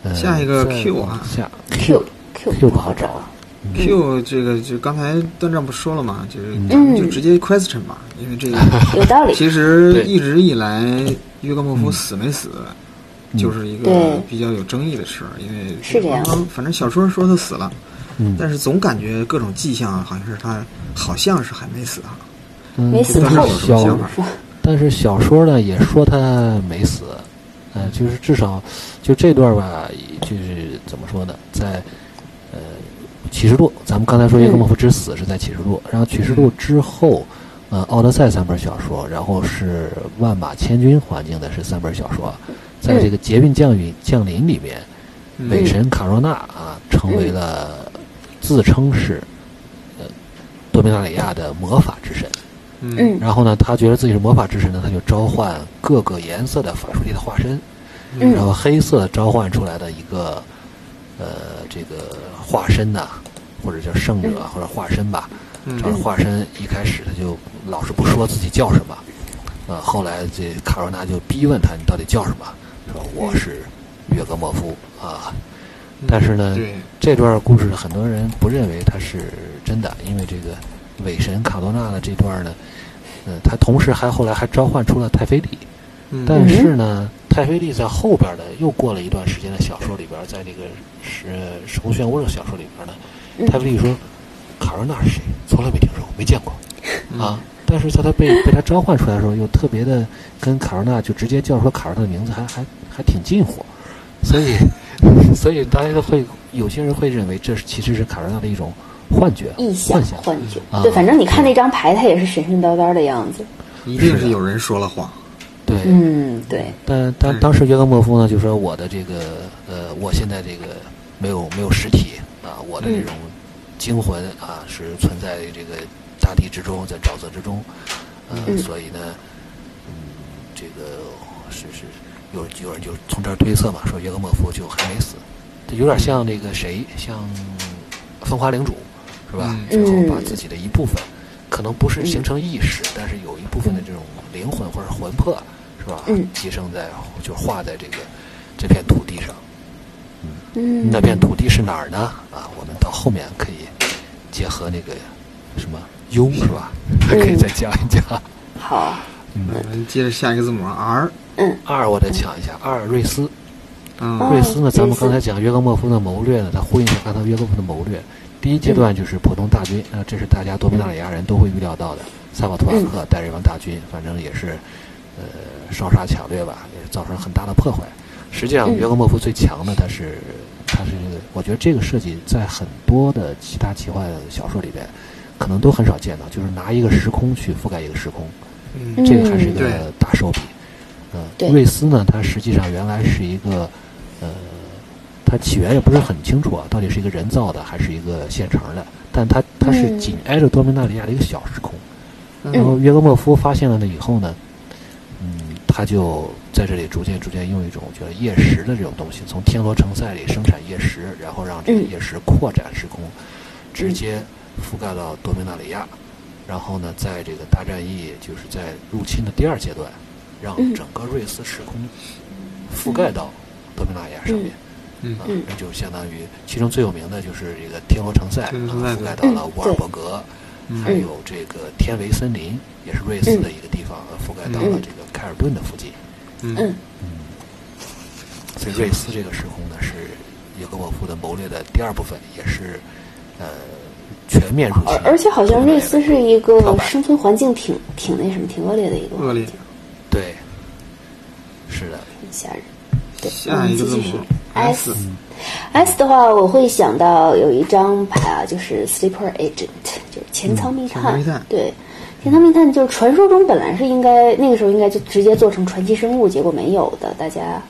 Speaker 3: 呃
Speaker 1: 下一个
Speaker 3: 再
Speaker 1: Q
Speaker 3: 往
Speaker 1: 啊
Speaker 3: 下
Speaker 2: Q Q
Speaker 3: Q 不好找，啊
Speaker 1: Q 这个嗯就刚才段丈不说了嘛，就是
Speaker 3: 嗯
Speaker 1: 咱们就直接 question 吧，因为这
Speaker 3: <laughs>
Speaker 1: 个
Speaker 2: 有道理。
Speaker 1: 其实
Speaker 3: 对
Speaker 1: 一直以来约克莫夫死没死，
Speaker 3: 嗯
Speaker 1: 就是一个
Speaker 2: 对
Speaker 1: 比较有争议的事儿，因为
Speaker 2: 是这样
Speaker 1: 官方反正小说说他死了，
Speaker 3: 嗯，
Speaker 1: 但是总感觉各种迹象好像是他好像是还没死啊，
Speaker 3: 嗯
Speaker 2: 没
Speaker 3: 这
Speaker 2: 死
Speaker 3: 段
Speaker 2: 透
Speaker 1: 嗯
Speaker 3: 小
Speaker 1: 想法
Speaker 3: 但是小说呢也说他没死，呃，就是至少就这段吧，就是怎么说呢，在呃启示录，咱们刚才说耶格莫夫之死是在启示录，然后启示录之后，呃，奥德赛三本小说，然后是万马千军环境的是三本小说，在这个捷运降临降临里面，
Speaker 1: 嗯
Speaker 3: 北神卡若纳啊成为了自称是呃多米纳里亚的魔法之神。
Speaker 1: 嗯
Speaker 2: 嗯
Speaker 3: 然后呢，他觉得自己是魔法之神呢，他就召唤各个颜色的法术力的化身，
Speaker 2: 嗯
Speaker 3: 然后黑色召唤出来的一个呃这个化身呐、或者叫圣者或者化身吧。这个
Speaker 1: 嗯
Speaker 3: 化身一开始他就老是不说自己叫什么，啊、后来这卡罗娜就逼问他你到底叫什么，说我是约格莫夫啊。但是
Speaker 1: 嗯
Speaker 3: 呢，
Speaker 1: 对，
Speaker 3: 这段故事很多人不认为它是真的，因为这个伪神卡罗纳的这段呢，呃，他同时还后来还召唤出了泰菲利，
Speaker 1: 嗯
Speaker 3: 但是呢，泰菲利在后边的又过了一段时间的小说里边，在这个是《时空漩涡》的小说里边呢，
Speaker 2: 嗯
Speaker 3: 泰菲利说卡罗纳是谁？从来没听说过，没见过啊。但是在他被被他召唤出来的时候，又特别的跟卡罗纳就直接叫出了卡罗纳的名字，还还还挺近乎，
Speaker 2: <laughs>
Speaker 3: 所以所以大家都会有些人会认为这是其实是卡罗纳的一种幻觉、
Speaker 2: 臆想、
Speaker 3: 幻想。
Speaker 2: 幻觉，
Speaker 3: 啊
Speaker 2: 对，反正你看那张牌，它也是神神叨叨的样子。
Speaker 1: 一定是有人说了谎。
Speaker 3: 对，
Speaker 2: 嗯，对，
Speaker 3: 但当
Speaker 1: 嗯
Speaker 3: 当时约格莫夫呢，就说我的这个呃，我现在这个没有没有实体啊，我的这种精魂啊是存在于这个大地之中，在沼泽之中，呃，
Speaker 2: 嗯
Speaker 3: 所以呢，嗯，这个是是有有人就从这儿推测嘛，说约格莫夫就还没死，这有点像那个谁，像风华领主是吧？
Speaker 1: 嗯
Speaker 3: 最后把
Speaker 2: 嗯
Speaker 3: 自己的一部分。可能不是形成意识，但是有一部分的这种灵魂或者魂魄，是吧？
Speaker 2: 嗯
Speaker 3: 寄生在就画在这个这片土地上。
Speaker 2: 嗯，
Speaker 3: 那片土地是哪儿呢？啊，我们到后面可以结合那个什么庸是吧？可以再讲一讲。
Speaker 2: 嗯好，啊
Speaker 1: 我们接着下一个字母 R，
Speaker 2: 嗯，
Speaker 3: 二我再讲一下，二瑞斯，
Speaker 1: 嗯
Speaker 2: 哦
Speaker 3: 瑞斯呢，咱
Speaker 2: 瑞
Speaker 3: 们
Speaker 2: 斯
Speaker 3: 刚才讲约格莫夫的谋略呢，它呼应一下刚才约格莫夫的谋略。第一阶段就是普通大军，啊、这是大家多米纳里亚人都会预料到的。萨瓦图瓦
Speaker 2: 嗯
Speaker 3: 克带着一帮大军，反正也是，呃，烧杀抢掠吧，也造成很大的破坏。实际上，
Speaker 2: 嗯
Speaker 3: 约格莫夫最强的，他是，他是，我觉得这个设计在很多的其他奇幻小说里边，可能都很少见到，就是拿一个时空去覆盖一个时空。
Speaker 1: 嗯
Speaker 3: 这个还是一
Speaker 1: 对
Speaker 3: 个大手笔。
Speaker 2: 对
Speaker 3: 嗯，瑞斯呢，它实际上原来是一个，呃，它起源也不是很清楚啊，到底是一个人造的还是一个现成的？但它它是
Speaker 2: 嗯
Speaker 3: 紧挨着多米纳里亚的一个小时空。
Speaker 1: 嗯
Speaker 3: 然后约格莫夫发现了呢以后呢，嗯，他就在这里逐渐逐渐用一种叫夜食的这种东西，从天罗城塞里生产夜食，然后让这个
Speaker 2: 嗯
Speaker 3: 夜食扩展时空，直接覆盖到多米纳里亚。然后呢，在这个大战役就是在入侵的第二阶段，让
Speaker 2: 嗯
Speaker 3: 整个瑞斯时空覆盖到多米纳里亚上面。
Speaker 1: 嗯
Speaker 3: 啊
Speaker 2: 嗯，
Speaker 3: 那就相当于其中最有名的就是这个天鹅城塞，
Speaker 1: 天鹅城
Speaker 3: 啊
Speaker 1: 塞
Speaker 3: 覆盖到了
Speaker 2: 嗯
Speaker 3: 沃尔伯格，
Speaker 1: 嗯
Speaker 3: 还有这个天维森林，也是瑞士的一个地方，啊覆盖到了这个凯尔顿的附近。
Speaker 1: 嗯
Speaker 2: 嗯，
Speaker 3: 所以瑞斯这个时空呢，是耶格沃夫的谋略的第二部分，也是呃全面入侵
Speaker 2: 而。而且好像瑞斯是一
Speaker 3: 跳
Speaker 2: 个
Speaker 3: 板
Speaker 2: 生存环境挺挺那什么，挺恶劣的一个
Speaker 1: 恶劣
Speaker 2: 环境，
Speaker 3: 对，是的，
Speaker 2: 很吓人。
Speaker 1: 下
Speaker 2: 嗯
Speaker 1: 一个字母 S，
Speaker 2: S 的话，我会想到有一张牌啊，就是 Sleeper Agent，就是潜藏密
Speaker 1: 潜藏
Speaker 2: 探。
Speaker 1: 嗯密探
Speaker 2: 对，潜藏密探就是传说中本来是应该那个时候应该就直接做成传奇生物，结果没有的。大家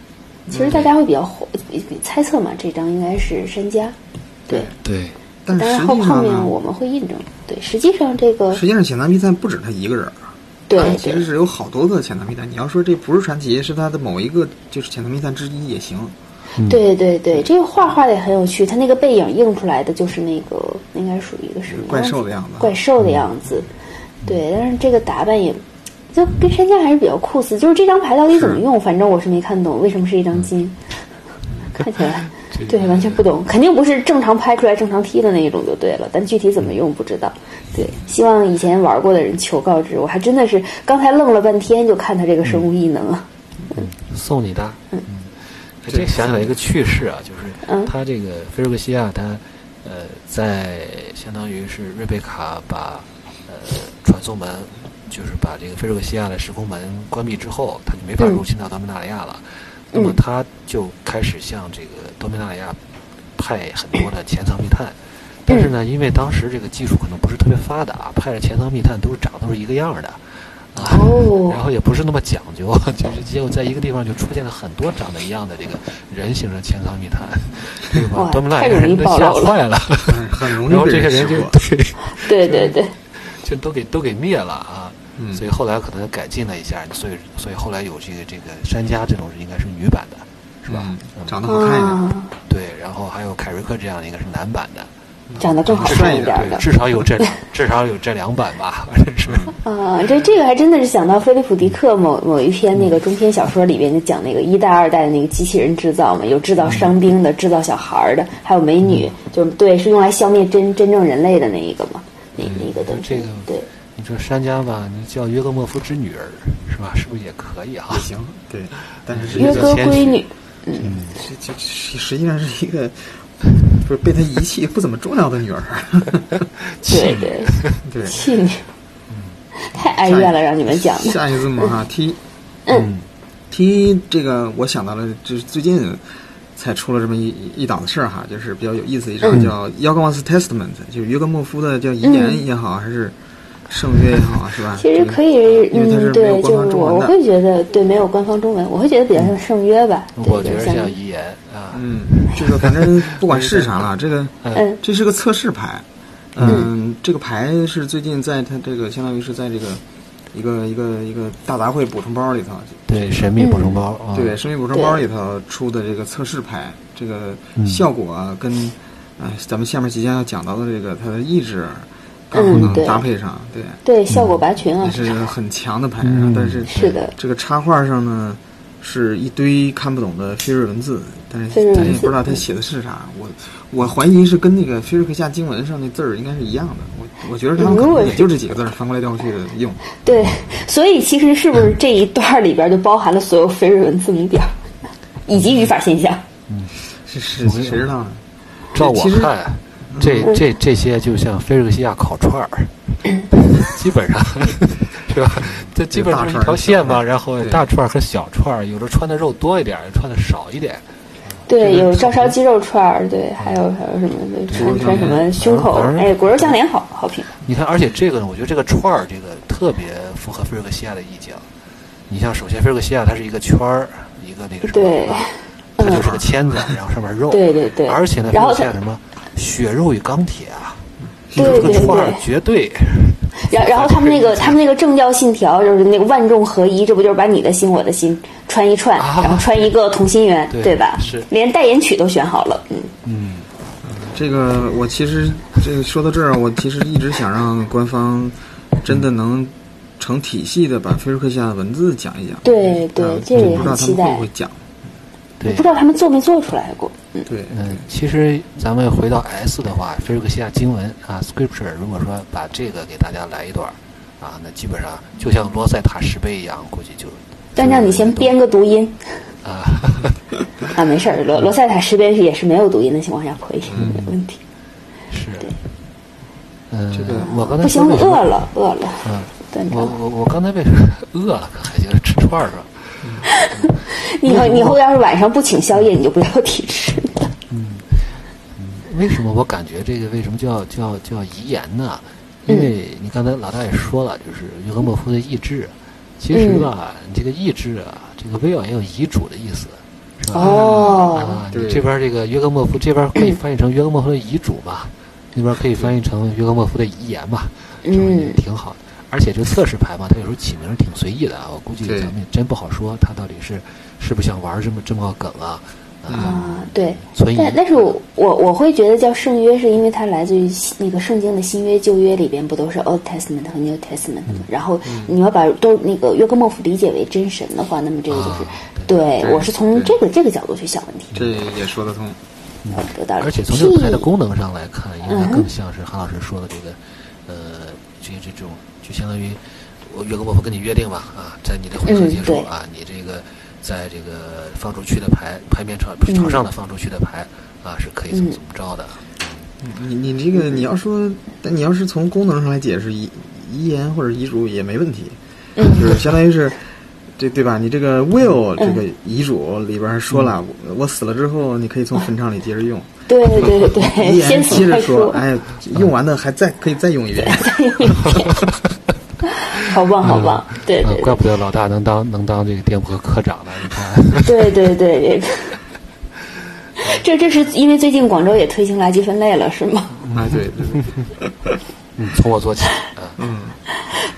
Speaker 2: 其实大家会比较火比比猜测嘛，这张应该是山家。对，
Speaker 3: 对，
Speaker 1: 但
Speaker 2: 当
Speaker 1: 是
Speaker 2: 然
Speaker 1: 实
Speaker 2: 后
Speaker 1: 际
Speaker 2: 后
Speaker 1: 上
Speaker 2: 面
Speaker 1: 呢，
Speaker 2: 我们会印证。对，实际上这个
Speaker 1: 实际上潜藏密探不止他一个人儿，
Speaker 2: 对
Speaker 1: 他其
Speaker 2: 对
Speaker 1: 实是有好多个潜藏密探。你要说这不是传奇，是他的某一个就是潜藏密探之一也行。嗯
Speaker 2: 对对对，这个画画的也很有趣，它那个背影映出来的就是那个应该属于一个什么
Speaker 1: 怪兽
Speaker 2: 子
Speaker 1: 的样子嗯
Speaker 2: 怪兽的样子。对，但是这个打扮也就跟山家还是比较酷似，就是这张牌到底怎么
Speaker 1: 是
Speaker 2: 用，反正我是没看懂为什么是一
Speaker 1: <laughs>
Speaker 2: 张金，看起来对完全不懂，肯定不是正常拍出来正常踢的那一种就对了，但具体怎么用不知道。对，希望以前玩过的人求告知，我还真的是刚才愣了半天就看他这个生
Speaker 1: 嗯
Speaker 2: 物异能啊，
Speaker 3: 送你的。嗯，这想起来一个趣事啊，就是
Speaker 2: 嗯
Speaker 3: 他这个菲尔克西亚，他呃，在相当于是瑞贝卡把呃传送门，就是把这个菲尔克西亚的时空门关闭之后，他就没法
Speaker 2: 嗯
Speaker 3: 入侵到多米纳里亚了。那么他就开始向这个多米纳亚派很多的潜藏密探，但是呢，因为当时这个技术可能不是特别发达，派的潜藏密探都是长都是一个样儿的，啊，
Speaker 2: 哦
Speaker 3: 然后也不是那么讲究， <laughs> 就是结果在一个地方就出现了很多长得一样的这个人形的潜藏密探，这个把
Speaker 2: 哇
Speaker 3: 多米纳
Speaker 2: 太
Speaker 3: 亚
Speaker 2: 容易
Speaker 3: 人都
Speaker 2: 暴
Speaker 3: 吓
Speaker 2: 露了
Speaker 3: 坏了，
Speaker 1: 很很容
Speaker 3: 然后
Speaker 1: 易
Speaker 3: 这
Speaker 1: 被
Speaker 3: 些
Speaker 1: 识
Speaker 3: 人就
Speaker 1: 破。
Speaker 3: 对。
Speaker 2: 对对对，
Speaker 3: 就都给都给灭了啊。
Speaker 1: 嗯
Speaker 3: 所以后来可能改进了一下，所以所以后来有这个这个山家这种是应该是女版的，是吧？
Speaker 1: 嗯
Speaker 3: 嗯
Speaker 1: 长得好看一点，
Speaker 2: 啊，
Speaker 3: 对，然后还有凯瑞克这样的应该是男版的，
Speaker 2: 长得更好看哦一点
Speaker 3: 对，
Speaker 2: 的。
Speaker 3: 至少有这两至少有这两版吧，反正是。
Speaker 2: 啊，这这个还真的是想到菲利普·迪克某某一篇那个中篇小说里边就讲那个一代、二代的那个机器人制造嘛，有制造
Speaker 1: 嗯
Speaker 2: 伤兵的，制造小孩儿的，还有美女，就是对，是用来消灭真真正人类的那一个嘛，
Speaker 1: 嗯
Speaker 2: 那那个东西。
Speaker 3: 这个
Speaker 2: 对，
Speaker 3: 你说山家吧，你叫约格莫夫之女儿是吧？是不是也可以啊？
Speaker 1: 也行，对，但是是一
Speaker 2: 约
Speaker 3: 约
Speaker 1: 个
Speaker 2: 哥
Speaker 3: 格
Speaker 2: 闺女，
Speaker 1: 这这实实际上是一个，不是被他遗弃不怎么重要的女儿，
Speaker 3: <laughs>
Speaker 2: 对对，
Speaker 1: 对。<laughs>
Speaker 2: 气女，太哀怨了，让你们讲的。
Speaker 1: 下一个字母哈 T，
Speaker 3: 嗯，
Speaker 1: T 这个我想到了，就是最近才出了这么一一档子事儿哈，就是比较有意思一章
Speaker 2: 嗯
Speaker 1: 叫《约格莫斯 Testament》，就是约格莫夫的叫遗言也好，还是圣约也
Speaker 2: <laughs>
Speaker 1: 好，是吧？
Speaker 2: 其实可以
Speaker 1: 这个，因为它
Speaker 2: 嗯，
Speaker 1: 是没有
Speaker 2: 对，
Speaker 1: 官
Speaker 2: 就
Speaker 1: 方
Speaker 2: 是
Speaker 1: 中
Speaker 2: 我，我
Speaker 1: 文的，
Speaker 2: 会觉得对，没有官方中文，我会觉得比较像圣约吧。对
Speaker 3: 我觉
Speaker 2: 对
Speaker 3: 得
Speaker 2: 像
Speaker 3: 像遗言啊，
Speaker 1: 嗯，这个反正不管是啥了，这个
Speaker 2: 嗯
Speaker 1: 这是个测试牌，嗯，这个牌是最近在它这个相当于是在这个一个一个一个大杂烩补充包里头，
Speaker 3: 对，神秘补充包啊，
Speaker 1: 对，生命补充包里头出的这个测试牌，这个
Speaker 3: 嗯
Speaker 1: 效果啊，跟呃咱们下面即将要讲到的这个它的意志，刚好
Speaker 2: 嗯
Speaker 1: 能
Speaker 2: 对
Speaker 1: 搭配上，对，
Speaker 2: 对效果拔群啊
Speaker 1: 也，嗯是很强的牌。啊
Speaker 3: 嗯
Speaker 1: 但是
Speaker 2: 是的
Speaker 1: 这个插画上呢是一堆看不懂的菲瑞文字，但
Speaker 2: 菲
Speaker 1: 是
Speaker 2: 瑞文
Speaker 1: 咱
Speaker 2: 字嗯
Speaker 1: 也不知道它写的是啥。我我怀疑是跟那个菲瑞克夏经文上那字儿应该是一样的。我我觉得他们可
Speaker 2: 如果
Speaker 1: 能
Speaker 2: 是
Speaker 1: 也就这几个字儿翻过来调过去的用。
Speaker 2: 对，所以其实是不是这一段里边就包含了所有非瑞文字母表，以及语法现象？
Speaker 1: 是是，谁知道呢？
Speaker 3: 照我
Speaker 1: 其实
Speaker 3: 看，这这这些就像菲瑞克西亚烤串 <laughs> 儿，基本上是吧？这基本上是一条线嘛，然后
Speaker 1: 对
Speaker 3: 大串儿和小串儿，有的穿的肉多一点，有的穿的少一点，
Speaker 2: 对，有照烧鸡肉串儿，对，还有还有什么对穿穿什么胸口
Speaker 3: 反，正
Speaker 2: 哎，果肉酱莲好好评，
Speaker 3: 你看，而且这个呢，我觉得这个串儿这个特别符合菲尔克西亚的意境。你像，首先菲尔克西亚它是一个圈儿，一个那个什么，
Speaker 2: 对嗯
Speaker 3: 啊它就是个签子，然后上面肉，
Speaker 2: 对对对
Speaker 3: 而且呢，菲
Speaker 2: 然
Speaker 3: 尔
Speaker 2: 后
Speaker 3: 克西亚
Speaker 2: 它
Speaker 3: 什么血肉与钢铁啊，
Speaker 2: 对
Speaker 3: 就是这
Speaker 2: 对
Speaker 3: 个串儿
Speaker 2: 对
Speaker 3: 绝对，
Speaker 2: 然然后他们那个他们那个政教信条就是那个万众合一，这不就是把你的心我的心穿一串，
Speaker 3: 啊
Speaker 2: 然后穿一个同心圆，
Speaker 3: 对
Speaker 2: 对吧？
Speaker 3: 是
Speaker 2: 连代言曲都选好了，嗯，
Speaker 3: 嗯，
Speaker 1: 这个我其实这个说到这儿，啊我其实一直想让官方真的能成体系的把菲瑞克夏的文字讲一讲。
Speaker 2: 对对
Speaker 1: 呃
Speaker 2: 这个
Speaker 1: 我不知道他
Speaker 2: 很期
Speaker 1: 们
Speaker 2: 待
Speaker 1: 会不会讲。
Speaker 3: 对
Speaker 2: 不知。道他们做没做出来过，嗯，
Speaker 1: 对，
Speaker 3: 嗯，其实咱们回到 S 的话，菲尔克西亚经文啊，Scripture，如果说把这个给大家来一段儿啊，那基本上就像罗塞塔石碑一样，估计就
Speaker 2: 段长你先编个读音
Speaker 3: <laughs> 啊，
Speaker 2: 啊，没事儿，罗罗塞塔石碑也是没有读音的情况下可以，没问题。
Speaker 3: 是，嗯，
Speaker 1: 这个
Speaker 3: 我刚才
Speaker 2: 不行，
Speaker 3: 说为什么
Speaker 2: 饿了，饿了。
Speaker 3: 嗯，
Speaker 2: 段
Speaker 3: 我
Speaker 2: 长，
Speaker 3: 我我刚才为什么 <laughs> 饿了？还行，吃串儿是吧？
Speaker 2: 你以后你以后要是晚上不请宵夜，你就不要提吃的。
Speaker 3: 为什么我感觉这个为什么叫叫叫遗言呢？
Speaker 2: 嗯
Speaker 3: 因为你刚才老大也说了，就是约格莫夫的意志。其
Speaker 2: 嗯
Speaker 3: 实吧，你这个意志啊，这个威尔也有遗嘱的意思，是吧？
Speaker 2: 哦，
Speaker 3: 啊，
Speaker 1: 对
Speaker 3: 你这边这个约格莫夫这边可以翻译成约格莫夫的遗嘱嘛，那边可以翻译成约格莫夫的遗言嘛，
Speaker 2: 嗯
Speaker 3: 挺好的。而且这个测试牌嘛，它有时候起名儿挺随意的啊，我估计
Speaker 1: 对
Speaker 3: 咱们也真不好说它到底是是不是想玩这么这么个梗啊，啊，
Speaker 2: 啊，对。
Speaker 3: 存疑。
Speaker 2: 但但是我我我会觉得叫圣约，是因为它来自于新那个圣经的新约、旧约里边不都是 Old Testament 和 New Testament
Speaker 3: 嗯
Speaker 2: 吗？然后你要把都那个约格莫夫理解为真神的话，那么这个就是
Speaker 3: 啊，
Speaker 2: 对
Speaker 1: 对
Speaker 2: 我是从这个这个角度去想问题的。
Speaker 1: 这也说得通。
Speaker 2: 哦有道理。
Speaker 3: 嗯而且从这个牌的
Speaker 2: T
Speaker 3: 功能上来看，应该
Speaker 2: 嗯
Speaker 3: 更像是韩老师说的这个，呃，这这种就相当于我约格莫夫跟你约定吧，啊，在你的回合
Speaker 2: 嗯
Speaker 3: 结束
Speaker 2: 对
Speaker 3: 啊，你这个在这个放出去的牌牌面朝朝上的放出去的牌啊，是可以怎么
Speaker 2: 嗯
Speaker 3: 怎么着的。啊
Speaker 1: 你你这个你要说，但你要是
Speaker 2: 嗯
Speaker 1: 从功能上来解释遗遗言或者遗嘱也没问题，就是相当于是这对吧？你这个 will 这个遗嘱里边说了，我我死了之后，你可以从坟场里接着用。
Speaker 2: 对对
Speaker 1: 遗
Speaker 2: 对，
Speaker 1: 言
Speaker 2: <laughs> 先
Speaker 1: 接
Speaker 2: 死
Speaker 1: 着
Speaker 2: 再
Speaker 1: 说，哎，用完的还再可以再用一遍。
Speaker 2: 好棒好棒，对
Speaker 3: 嗯
Speaker 2: 对，
Speaker 3: 怪不得老大能当能当这个电波科长了，你看， <laughs>
Speaker 2: 对对对对，这这是因为最近广州也推行垃圾分类了，是吗？ <laughs>
Speaker 1: <laughs> 哎，对对对，
Speaker 3: 嗯从我做起，嗯，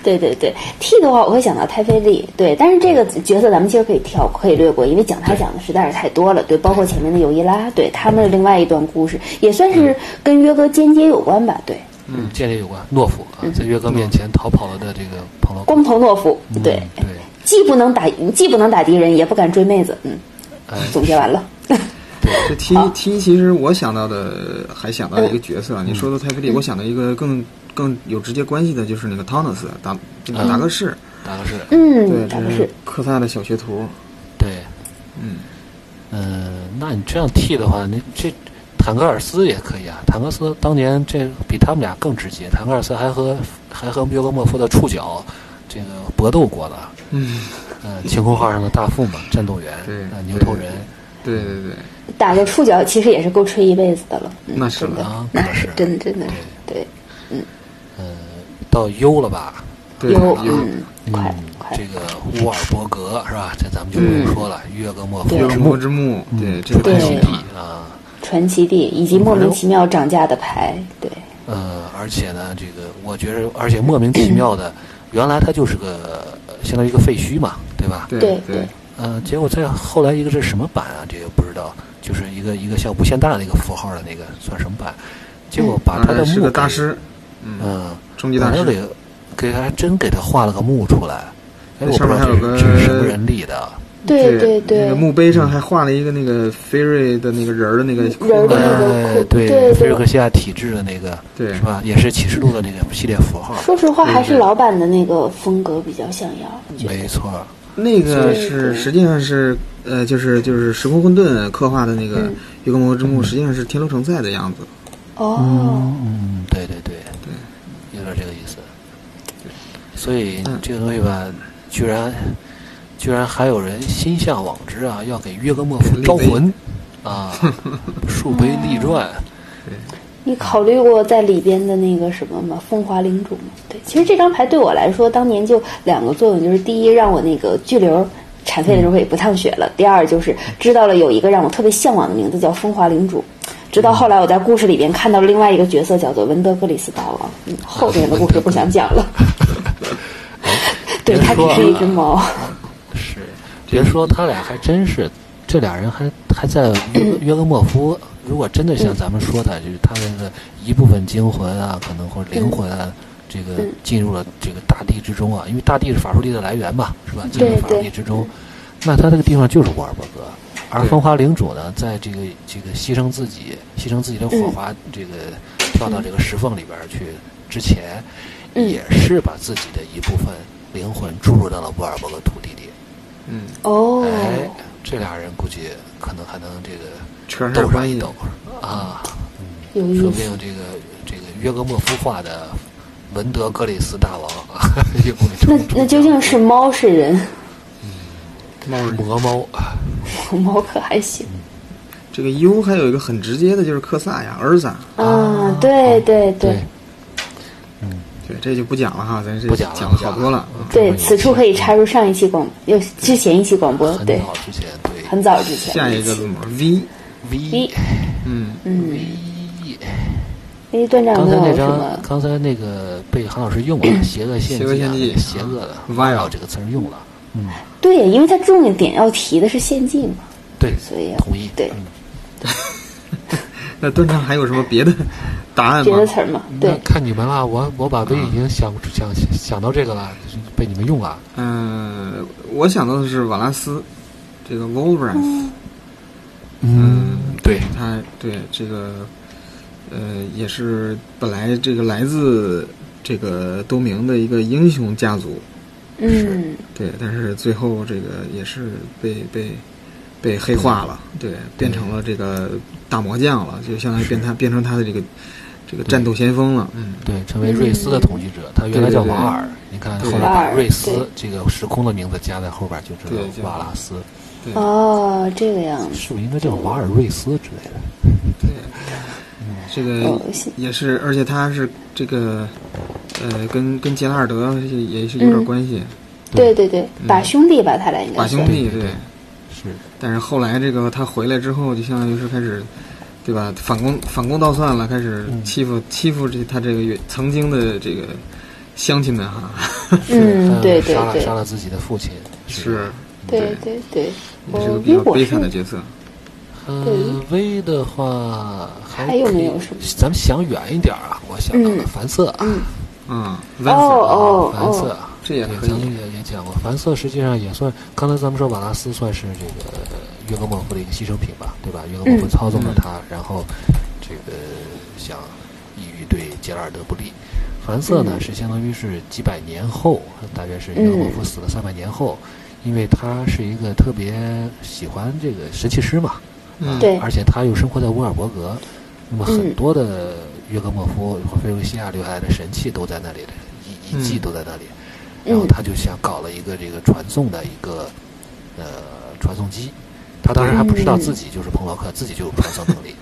Speaker 2: 对对对，T 的话我会想到太妃丽，对，但是这个角色咱们其实可以跳，可以略过，因为讲他讲的实在是太多了，对，包括前面的尤伊拉，对他们的另外一段故事，也算是跟约哥间接有关吧，对，
Speaker 3: 嗯，建立有关懦夫啊，在岳哥面前逃跑了的这个彭罗
Speaker 2: 嗯光头懦夫，
Speaker 3: 嗯
Speaker 2: 对，
Speaker 3: 对，
Speaker 2: 既不能打既不能打敌人，也不敢追妹子，嗯，
Speaker 3: 哎，
Speaker 2: 总结完了，
Speaker 1: 这 T T 其实我想到的还想到一个角色，你
Speaker 2: 嗯
Speaker 1: 说的泰菲利，我想到一个更更有直接关系的，就是那个 Tonus 达这个达克士，
Speaker 2: <laughs>
Speaker 3: 大哥是，
Speaker 1: 对，
Speaker 2: 嗯，
Speaker 1: 这
Speaker 2: 咱们
Speaker 1: 是
Speaker 2: 是，
Speaker 1: 科萨的小学徒，
Speaker 3: 对，
Speaker 1: 嗯，
Speaker 3: 嗯，那你这样替的话，你这坦格尔斯也可以啊。坦格尔斯当年这比他们俩更直接，坦格尔斯还和还和约格莫夫的触角这个搏斗过呢。
Speaker 1: 嗯，
Speaker 3: 嗯、晴空号上的大副嘛，战斗员，
Speaker 1: 对
Speaker 3: 呃牛头人
Speaker 1: 对对对，
Speaker 2: 打个触角其实也是够吹一辈子的了，嗯
Speaker 1: 那是了，
Speaker 3: 啊，可
Speaker 2: 那
Speaker 3: 是
Speaker 2: 是， <laughs> 真真的是，对，
Speaker 3: 嗯，到优了吧？
Speaker 1: 对
Speaker 2: 有
Speaker 1: 有
Speaker 2: 嗯，快
Speaker 3: 嗯
Speaker 2: 快
Speaker 3: 这，个沃尔伯格是吧？这咱们就不用说了，约格莫夫
Speaker 2: 对
Speaker 1: 有个魔之墓，
Speaker 3: 嗯
Speaker 1: 对这个
Speaker 3: 传
Speaker 1: 太
Speaker 3: 奇
Speaker 1: 有
Speaker 3: 地
Speaker 1: 了，
Speaker 3: 啊。
Speaker 2: 传奇地以及莫名其妙涨价的牌，对，
Speaker 3: 呃，而且呢，这个我觉得，而且莫名其妙的， <clears throat> 原来他就是个呃相当于一个废墟嘛，对吧？
Speaker 1: 对
Speaker 2: 对
Speaker 1: 对
Speaker 2: 对，
Speaker 3: 呃，结果在后来一个这是什么版啊？这个不知道，就是一个一个像无限大的一个符号的那个算什么版？结果把他
Speaker 1: 啊
Speaker 3: 的
Speaker 1: 是
Speaker 3: 墓
Speaker 1: 个
Speaker 3: 给
Speaker 1: 大，师，嗯，
Speaker 3: 嗯，
Speaker 1: 终极大
Speaker 3: 把
Speaker 1: 师，
Speaker 3: 他给给还真给他画了个墓出来。哎，
Speaker 1: 那
Speaker 3: 我
Speaker 1: 上
Speaker 3: 不知
Speaker 1: 面
Speaker 3: 道
Speaker 1: 还有
Speaker 3: 这
Speaker 1: 个
Speaker 3: 是这是什么人立的？
Speaker 2: 对对
Speaker 1: 那
Speaker 2: 对
Speaker 1: 个，墓碑上还画了一个那个菲瑞的那个人儿的那个
Speaker 2: 人儿的那个
Speaker 3: 哎，
Speaker 2: 对对
Speaker 3: 菲尔克西亚体制的那个，
Speaker 1: 对
Speaker 3: 是吧？也是启示录的那个系列符号，
Speaker 2: 说实话
Speaker 1: 对
Speaker 2: 还是
Speaker 1: 对
Speaker 2: 老板的那个风格比较像样，我觉得
Speaker 3: 没错。
Speaker 1: 那个
Speaker 2: 对
Speaker 1: 是
Speaker 2: 对
Speaker 1: 实际上是呃，就是就是时空混沌刻画的那个《
Speaker 2: 嗯
Speaker 1: 月光魔之墓》，实际上是天龙城寨的样子。
Speaker 2: 哦，
Speaker 3: 嗯，对对对，有点这个意思。所以
Speaker 1: 嗯
Speaker 3: 这个东西吧，居然居然还有人心向往之啊，要给约格莫夫招魂啊，树碑立传，
Speaker 2: 你考虑过在里边的那个什么吗？风华领主吗？对，其实这张牌对我来说，当年就两个作用，就是第一，让我那个巨流产废的时候也不烫血了；第二，就是知道了有一个让我特别向往的名字叫风华领主。直到后来我在故事里边看到了另外一个角色叫做文德格里斯大王，嗯，后面的故事不想讲 <laughs> 了。对，
Speaker 3: 别
Speaker 2: 它
Speaker 3: 说
Speaker 2: 只
Speaker 3: 了
Speaker 2: 是一只猫。
Speaker 3: 是别说他俩还真是，这俩人还还在
Speaker 2: <clears throat>
Speaker 3: 约格约格莫夫。如果真的
Speaker 2: 嗯
Speaker 3: 像咱们说的，就是他们的一部分精魂啊，可能或者
Speaker 2: 嗯
Speaker 3: 灵魂啊，这个进入了这个大地之中啊，因为大地是法术力的来源嘛，是吧？进入
Speaker 2: 对
Speaker 3: 法术力
Speaker 2: 对
Speaker 3: 之中，那他这个地方就是沃尔伯格。而风华领主呢，在这个这个牺牲自己、牺牲自己的
Speaker 2: 嗯
Speaker 3: 火花，这个跳到这个石缝里边儿去之前，
Speaker 2: 嗯
Speaker 3: 也是把自己的一部分灵魂注入到了沃尔伯格土地里。
Speaker 1: 嗯，
Speaker 2: 哦，
Speaker 3: 哎，这俩人估计可能还能这个
Speaker 1: 扯上
Speaker 3: 斗上
Speaker 1: 关
Speaker 3: 一
Speaker 1: 系
Speaker 3: 斗啊，
Speaker 2: 哎有意
Speaker 3: 说不
Speaker 2: 思。
Speaker 3: 定这个这个约格莫夫画的文德格里斯大王啊，也会
Speaker 2: 那
Speaker 3: 冲出
Speaker 2: 那究竟是猫是人？ <laughs>
Speaker 1: 猫人。
Speaker 3: 魔猫啊，
Speaker 2: 猫可还行
Speaker 1: 这个 U 还有一个很直接的就是克萨呀，尔萨。
Speaker 2: 啊？对对对
Speaker 3: 对，
Speaker 1: 对，这就不讲了哈，咱这
Speaker 3: 不讲了
Speaker 1: 讲了好多了。
Speaker 2: 对，此处可以插入上一期广，有之前一期广播，
Speaker 3: 很
Speaker 2: 哦对，
Speaker 3: 早之前对
Speaker 2: 很早之前。
Speaker 1: 下一个字母 V，
Speaker 3: V
Speaker 2: 一，
Speaker 1: 嗯，
Speaker 2: 嗯，
Speaker 3: V。
Speaker 2: 哎，段长
Speaker 3: 刚才
Speaker 2: 跟我
Speaker 3: 那
Speaker 2: 有什
Speaker 3: 张，
Speaker 2: 么？
Speaker 3: 刚才那个被韩老师用
Speaker 2: <clears throat>
Speaker 3: 了，邪恶献
Speaker 1: 邪恶
Speaker 3: 祭啊，
Speaker 1: 献祭
Speaker 3: 那个邪恶的啊
Speaker 1: Vile
Speaker 3: 这个词儿用了，嗯，
Speaker 2: 对，因为他重点要提的是献祭嘛，
Speaker 3: 对，
Speaker 2: 所以啊
Speaker 3: 同意，
Speaker 2: 对
Speaker 3: 嗯
Speaker 1: 那端上还有什么别的答案
Speaker 2: 别
Speaker 1: 吗
Speaker 2: 的？词儿嘛，
Speaker 3: 那
Speaker 2: 对，
Speaker 3: 看你们了，我我把
Speaker 1: 啊
Speaker 3: V 已经想想想到这个了，就是被你们用了。
Speaker 1: 嗯、我想到的是瓦拉斯，这个 v o l v r a
Speaker 2: 嗯
Speaker 1: n
Speaker 3: 嗯，对，
Speaker 1: 他对这个，呃，也是本来这个来自这个多明的一个英雄家族，
Speaker 2: 嗯，
Speaker 1: 对，但是最后这个也是被被被黑化了，对，变成了这个大魔将了，就相当于变他变成他的这个这个战斗先锋了，嗯，
Speaker 3: 对，成为瑞斯的统治者，他原来叫瓦尔，你看
Speaker 1: 对
Speaker 3: 后来把
Speaker 2: 对
Speaker 3: 瑞斯这个时空的名字加在后边，就知
Speaker 1: 对
Speaker 3: 道
Speaker 1: 就
Speaker 3: 瓦拉斯
Speaker 1: 对
Speaker 2: 哦，这个样子。
Speaker 3: 是不是应该叫瓦尔瑞斯之类的？
Speaker 1: 对，这个
Speaker 2: 哦行
Speaker 1: 也是，而且他是这个呃，跟跟杰拉尔德也也是有点
Speaker 2: 嗯
Speaker 1: 关系，
Speaker 2: 对对对，把兄弟吧，他俩应该
Speaker 1: 把
Speaker 2: 是
Speaker 1: 兄弟
Speaker 3: 啊对
Speaker 1: 对。
Speaker 3: 是的，
Speaker 1: 但是后来这个他回来之后，就相当于是开始，对吧？反攻反攻倒算了，开始欺负、欺负这他这个原曾经的这个乡亲们哈，
Speaker 2: 嗯，对对
Speaker 3: 呃杀了
Speaker 2: 对
Speaker 3: 杀了自己的父亲，
Speaker 1: <laughs> 是
Speaker 2: 对对对。
Speaker 1: 也是
Speaker 2: 我
Speaker 1: 个比
Speaker 2: 因为
Speaker 1: 较
Speaker 2: 我
Speaker 1: 悲
Speaker 2: 是
Speaker 1: 惨的角色。
Speaker 3: 嗯，威的话还
Speaker 2: 还有
Speaker 3: 可
Speaker 2: 没
Speaker 3: 以
Speaker 2: 有什么
Speaker 3: 咱们想远一点啊，我想到了
Speaker 2: 嗯
Speaker 3: 凡啊瑟，
Speaker 1: 嗯，
Speaker 2: 哦哦
Speaker 3: 凡瑟、
Speaker 2: 哦，
Speaker 1: 这也可以
Speaker 3: 咱们也也讲过，凡瑟实际上也算，刚才咱们说瓦拉斯算是这个约格莫夫的一个牺牲品吧，对吧？约格莫夫
Speaker 2: 嗯
Speaker 3: 操纵了他，然后这个想抑郁对杰拉尔德不利。凡瑟
Speaker 2: 嗯
Speaker 3: 呢是相当于是几百年后，大约是约格莫夫死了三百年后，因为他是一个特别喜欢这个神器师嘛，
Speaker 1: 嗯，
Speaker 2: 对嗯
Speaker 3: 而且他又生活在乌尔伯格，那么很多的约格莫夫、菲瑞西亚留下来的神器都在那里的遗遗
Speaker 1: 嗯
Speaker 3: 迹都在那里，
Speaker 2: 嗯
Speaker 3: 然后他就想搞了一个这个传送的一个呃传送机，他当时还不知
Speaker 2: 嗯
Speaker 3: 道自己就是彭罗克，自己就有传送能力，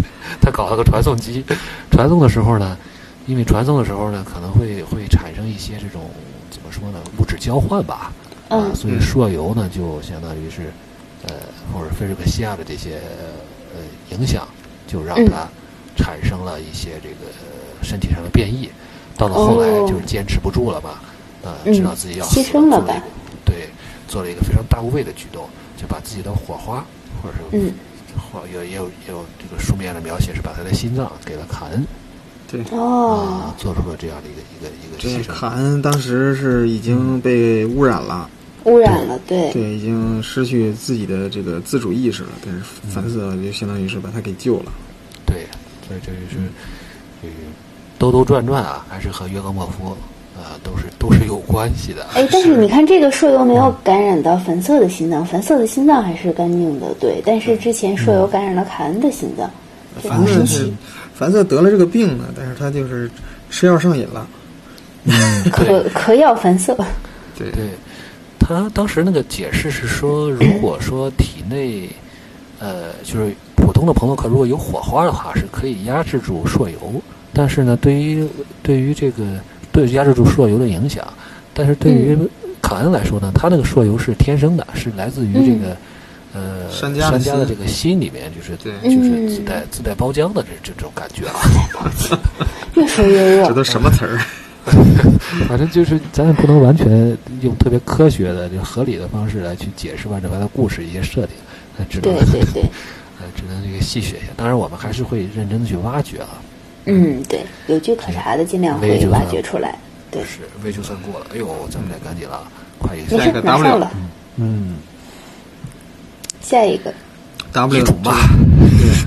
Speaker 3: <laughs> 他搞了个传送机，传送的时候呢，因为传送的时候呢，可能会会产生一些这种怎么说呢，物质交换吧，啊，
Speaker 2: 嗯
Speaker 3: 所以朔游呢就相当于是，呃，或者菲利克西亚的这些呃影响，就让
Speaker 2: 嗯
Speaker 3: 他产生了一些这个呃身体上的变异，到了后来
Speaker 2: 哦
Speaker 3: 就是坚持不住了嘛，呃，
Speaker 2: 嗯
Speaker 3: 知道自己要死
Speaker 2: 牺牲了
Speaker 3: 做一
Speaker 2: 吧
Speaker 3: 个对，做了一个非常大无畏的举动，就把自己的火花或者是
Speaker 2: 嗯
Speaker 3: 或有也有也有这个书面的描写是把他的心脏给了砍
Speaker 1: 对，
Speaker 2: 哦
Speaker 3: 啊，，做出了这样的一个一个一个
Speaker 1: 这
Speaker 3: 牺
Speaker 1: 个
Speaker 3: 牲。
Speaker 1: 卡恩当时是已经被污染了，
Speaker 2: 污染了，对
Speaker 1: 对，已经失去自己的这个自主意识了。但是凡瑟就相当于是把他给救了。
Speaker 3: 对，所以这就是这个兜兜转转啊，还是和约格莫夫呃都是都是有关系的。
Speaker 2: 哎，但是你看，这个朔游没有感染到凡瑟的心脏，凡瑟的心脏还是干净的，对。但是之前朔游感染了凯恩的心脏，这
Speaker 1: 凡
Speaker 2: 好
Speaker 1: 瑟
Speaker 2: 神
Speaker 1: 是
Speaker 2: 奇，
Speaker 1: 凡瑟得了这个病呢，但是他就是吃药上瘾了。
Speaker 2: 可可药凡瑟，
Speaker 1: 对
Speaker 3: 对，他当时那个解释是说，如果说体内呃就是普通的朋洛克如果有火花的话，是可以压制住朔游，但是呢，对于对于这个对压制住朔游的影响，但是对于
Speaker 1: 嗯
Speaker 3: 卡恩来说呢，他那个朔游是天生的，是来自于这个。呃，
Speaker 1: 嗯山
Speaker 3: 山
Speaker 1: 楂的
Speaker 3: 的
Speaker 1: 丝
Speaker 3: 这个心里面，就是
Speaker 1: 对
Speaker 3: 就是自
Speaker 2: 嗯
Speaker 3: 带自带包浆的这这种感觉啊。
Speaker 2: <laughs> 越说越
Speaker 1: 这
Speaker 2: 热。
Speaker 1: 都什么词 <laughs> 儿？
Speaker 3: 反正就是咱也不能完全用特别科学的、就合理的方式来去解释万智牌的故事一些设定，那只能
Speaker 2: 对对对，
Speaker 3: <laughs> 呃只能这个细学一下。当然，我们还是会认真的去挖掘啊。
Speaker 2: 嗯，对，有据可查的尽量
Speaker 3: 没
Speaker 2: 会
Speaker 3: 就
Speaker 2: 挖
Speaker 3: 算
Speaker 2: 掘出来。对，
Speaker 3: 是微就算过了，哎呦，咱们得赶紧了啊，快一
Speaker 2: 没
Speaker 1: 下一
Speaker 2: 事
Speaker 1: 个，
Speaker 2: 马
Speaker 1: W
Speaker 2: 上了，
Speaker 3: 嗯，
Speaker 2: 下一个
Speaker 1: W
Speaker 3: 种吧，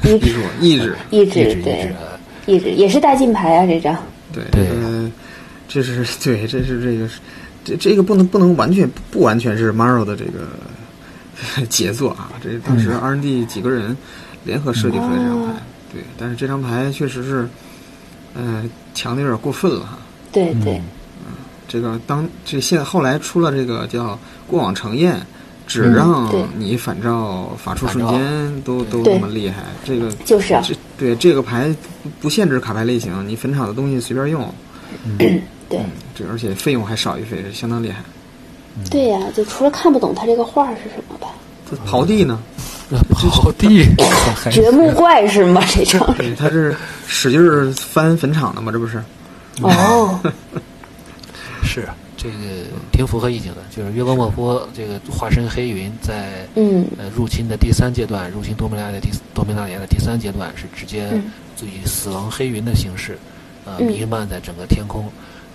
Speaker 1: 对，嗯艺术意志，
Speaker 2: 意
Speaker 3: 一直
Speaker 2: 志，
Speaker 3: 一
Speaker 2: 对
Speaker 3: 直，啊，
Speaker 2: 意志也是大金牌啊，这张。
Speaker 1: 对，
Speaker 3: 对
Speaker 1: 呃，这是对，这是这个是，这这个不能不能完全不完全是 Maro 的这个 <laughs> 杰作啊，这是当
Speaker 2: 嗯
Speaker 1: 时 R&D 几个人联合设计出来这
Speaker 2: 哦
Speaker 1: 张牌，对，但是这张牌确实是，呃，强的有点过分了哈。
Speaker 2: 对
Speaker 3: 嗯
Speaker 2: 对，
Speaker 1: 这个当这现后来出了这个叫过往盛宴，只
Speaker 2: 嗯
Speaker 1: 让
Speaker 2: 对
Speaker 1: 你反照法术
Speaker 3: 反
Speaker 1: 瞬
Speaker 3: 照
Speaker 1: 间都都
Speaker 2: 对
Speaker 1: 那么厉害，这个
Speaker 2: 就是啊
Speaker 1: 这对这个牌不不限制卡牌类型，你坟场的东西随便用，
Speaker 2: 对
Speaker 1: 这而且费用还少一费，是相当厉害。
Speaker 2: 对呀，就除了看不懂他这个画是什么吧，
Speaker 1: 这刨地
Speaker 2: <laughs>
Speaker 1: 呢？
Speaker 3: 好呃
Speaker 2: <coughs>
Speaker 3: 地，还
Speaker 2: 掘墓怪是吗？
Speaker 1: <laughs>
Speaker 2: 这张。
Speaker 1: 对，他是使劲儿翻坟场的嘛，这不是？
Speaker 2: 哦，
Speaker 3: 是这个挺符合意境的，就是约格莫夫这个化身黑云在
Speaker 2: 嗯
Speaker 3: 呃入侵的第三阶段，入侵多米纳的第多米纳亚的第三阶段是直接
Speaker 2: 嗯
Speaker 3: 就以死亡黑云的形式，呃
Speaker 2: 嗯
Speaker 3: 弥漫在整个天空，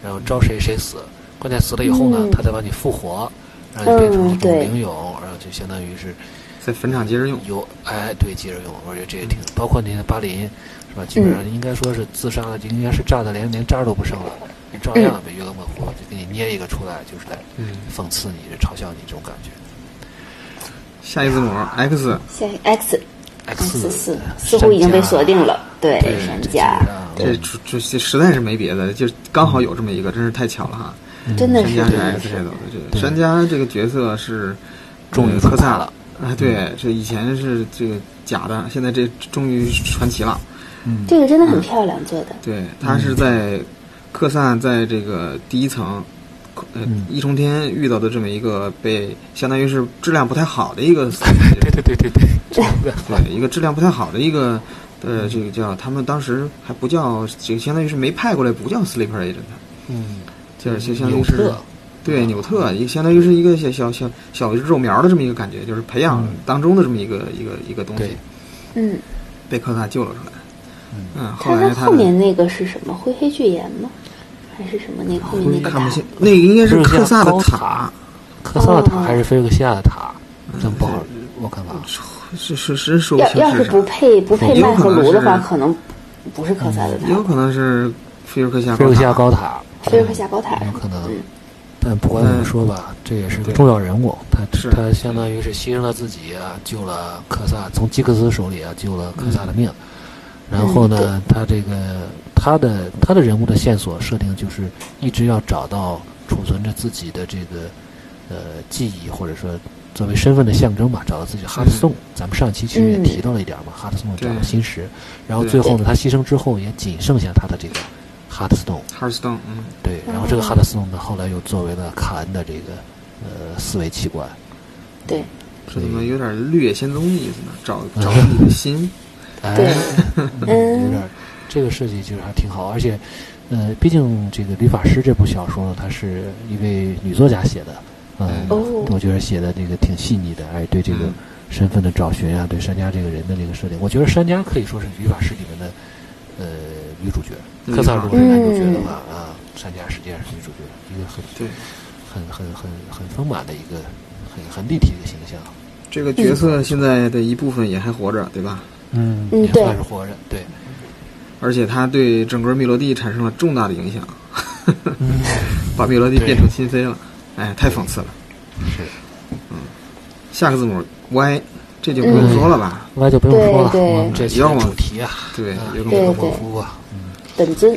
Speaker 3: 然后招谁谁死，关键死了以后呢
Speaker 2: 嗯，
Speaker 3: 他再把你复活，让你变成
Speaker 2: 嗯
Speaker 3: 一种
Speaker 2: 对
Speaker 3: 灵俑，然后就相当于是
Speaker 1: 在坟场接着用。
Speaker 3: 有哎对接着用，我觉得这也挺包括那个巴林是吧？基本
Speaker 2: 嗯
Speaker 3: 上应该说是自杀了，应该是炸的连连渣都不剩了，照
Speaker 2: 嗯
Speaker 3: 样被约格莫夫就给你捏一个出来，就是来
Speaker 1: 嗯，
Speaker 3: 讽刺你、嘲笑你这种感觉。
Speaker 1: 下一字母 X，
Speaker 2: 下一个 X
Speaker 3: X
Speaker 2: 四似乎已经被锁定了，对，
Speaker 3: 啊对，
Speaker 2: 山
Speaker 3: 这基本
Speaker 2: 家，
Speaker 3: 上
Speaker 1: 这这这实在是没别的，就刚好有这么一个，真是太巧了哈。
Speaker 3: 嗯
Speaker 2: 真的是
Speaker 1: 山
Speaker 2: 这
Speaker 1: 家
Speaker 2: 样
Speaker 1: 是 S
Speaker 2: 是
Speaker 1: 开头的这个山家这个角色是
Speaker 3: 终于
Speaker 1: 呃科
Speaker 3: 嗯出
Speaker 1: 萨
Speaker 3: 来了。
Speaker 1: 哎，对，这以前是这个假的，现在这终于传奇了。
Speaker 3: 嗯
Speaker 2: 这个真的很漂亮做的，
Speaker 1: 对，他是在克萨在这个第一层，呃，
Speaker 3: 嗯
Speaker 1: 易冲天遇到的这么一个被相当于是质量不太好的一
Speaker 3: <laughs>
Speaker 1: 个
Speaker 3: 对对对对对，嗯真
Speaker 1: <laughs>
Speaker 3: 的
Speaker 1: 对一个质量不太好的一个呃，这个叫他们当时还不叫，这个相当于是没派过来，不叫 sleeper agent，
Speaker 3: 嗯，
Speaker 1: 就是就相当于
Speaker 3: 纽
Speaker 1: 是
Speaker 3: 特，嗯
Speaker 1: 对纽特，也相当于是一个小小小小肉苗的这么一个感觉，就是培养当中的这么一个一个一个东西
Speaker 3: 嗯对，
Speaker 2: 嗯，
Speaker 1: 被克萨救了出来。嗯，后
Speaker 2: 他
Speaker 1: 来
Speaker 2: 跟
Speaker 1: 他
Speaker 2: 后面那个是什么？灰黑巨岩吗？还是什么？那个后面那个
Speaker 1: 看
Speaker 2: 塔
Speaker 1: 不？清，那个应该是克萨的
Speaker 3: 就是像高塔科萨
Speaker 2: 哦
Speaker 3: 塔还是菲利克西亚的塔？真不好，
Speaker 1: 嗯
Speaker 3: 我看看啊，
Speaker 1: 是是是说不
Speaker 2: 要
Speaker 1: 清
Speaker 2: 要
Speaker 1: 是
Speaker 2: 是
Speaker 1: 啥
Speaker 2: 不，配不配
Speaker 1: 有可
Speaker 2: 麦和
Speaker 1: 能
Speaker 2: 炉的话，
Speaker 1: 是嗯
Speaker 2: 可能不是科萨的
Speaker 1: 也有
Speaker 2: 塔，
Speaker 1: 可能是菲尔克夏
Speaker 3: 菲利克西亚
Speaker 1: 高塔
Speaker 3: 高塔，
Speaker 2: 菲尔克夏高塔
Speaker 3: 有可能。
Speaker 2: 嗯
Speaker 3: 但不管怎么说吧，这也是个重要人物，他
Speaker 1: 是
Speaker 3: 他相当于是牺牲了自己啊，救了科萨，从基克斯手里啊救了科萨的命。然后呢，他这个他的他的人物的线索设定就是一直要找到储存着自己的这个呃记忆，或者说作为身份的象征吧，找到自己的哈特松。咱们上期其实也
Speaker 2: 嗯
Speaker 3: 提到了一点嘛，哈特松找到
Speaker 1: 对
Speaker 3: 心石，然后
Speaker 1: 对
Speaker 3: 最后呢，他牺牲之后也仅剩下他的这个哈特松。
Speaker 1: h a r s t o n e 嗯，
Speaker 3: 对，然后这个哈德斯呢，后来又作为了卡恩的这个呃思维器官，
Speaker 2: 对
Speaker 1: 是怎么有点绿野仙踪的意思呢？找 <laughs> 找你的心，
Speaker 3: 哎，
Speaker 2: 对，
Speaker 3: 嗯有点儿这个设计就是还挺好，而且呃，毕竟这个《理发师》这部小说呢，它是一位女作家写的，嗯，
Speaker 2: 哦
Speaker 3: 我觉得写的这个挺细腻的，哎，对这个
Speaker 1: 嗯
Speaker 3: 身份的找寻啊，对山家这个人的这个设定，我觉得山家可以说是《理发师》里面的呃女主角，
Speaker 1: 女
Speaker 3: 科萨
Speaker 1: 主
Speaker 3: 如
Speaker 1: 角
Speaker 3: 果是男主角的
Speaker 2: 嗯
Speaker 3: 话啊，山家实际上是女主角，一个很
Speaker 1: 对，
Speaker 3: 很很很很丰满的一个很很立体的形象。
Speaker 1: 这个角色现在的一部分也还活着，对吧？
Speaker 3: 嗯
Speaker 2: 嗯
Speaker 3: 也
Speaker 2: 对
Speaker 3: 算是活着，对，
Speaker 1: 而且他对整个密罗蒂产生了重大的影响，把密罗蒂
Speaker 3: 对
Speaker 1: 变成心扉了，哎，太讽刺了。
Speaker 3: <laughs> 是
Speaker 1: 下个字母 Y，这就不用说了吧？
Speaker 3: 那就不用说了，
Speaker 2: 对对
Speaker 3: 我们这期的主题啊，
Speaker 1: 对
Speaker 3: 啊，
Speaker 1: 有种
Speaker 2: 对
Speaker 3: 个
Speaker 2: 嗯对
Speaker 3: 模糊啊，嗯，
Speaker 2: 本尊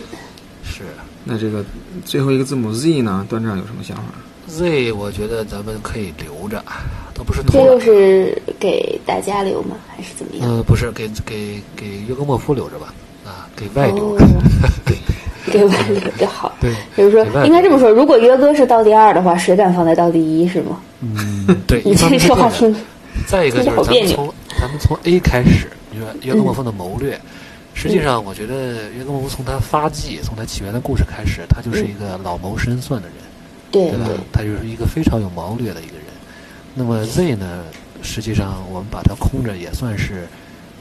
Speaker 3: 是
Speaker 1: 那这个最后一个字母 Z 呢？段长有什么想法？
Speaker 3: Z，我觉得咱们可以留着，都不是
Speaker 2: 这
Speaker 3: 偷
Speaker 2: 又
Speaker 3: 懒。
Speaker 2: 是给大家留吗？还是怎么样？
Speaker 3: 呃，不是，给给给约格莫夫留着吧，啊，给 Y 留
Speaker 2: 哦
Speaker 3: <laughs> 着，，
Speaker 2: <laughs> 给外留就好。
Speaker 3: 对，
Speaker 2: 就是说
Speaker 3: 给外，
Speaker 2: 应该这
Speaker 3: 留
Speaker 2: 么说，如果约哥是倒第二的话，水感放在倒第一是吗？
Speaker 3: 嗯，对，
Speaker 2: <laughs> 你
Speaker 3: 一方
Speaker 2: 这
Speaker 3: 面是
Speaker 2: 说话
Speaker 3: 这
Speaker 2: 听
Speaker 3: 样，再一个就是咱们从咱们从 A 开始，你说约格莫夫的谋
Speaker 2: 嗯
Speaker 3: 略，实际上我觉得约格莫夫从他发迹，从他起源的故事开始，他就是
Speaker 2: 嗯
Speaker 3: 一个老谋深算的人，
Speaker 2: 对
Speaker 3: 对吧？他就是一个非常有谋略的一个人。那么 Z 呢，实际上我们把它空着也算是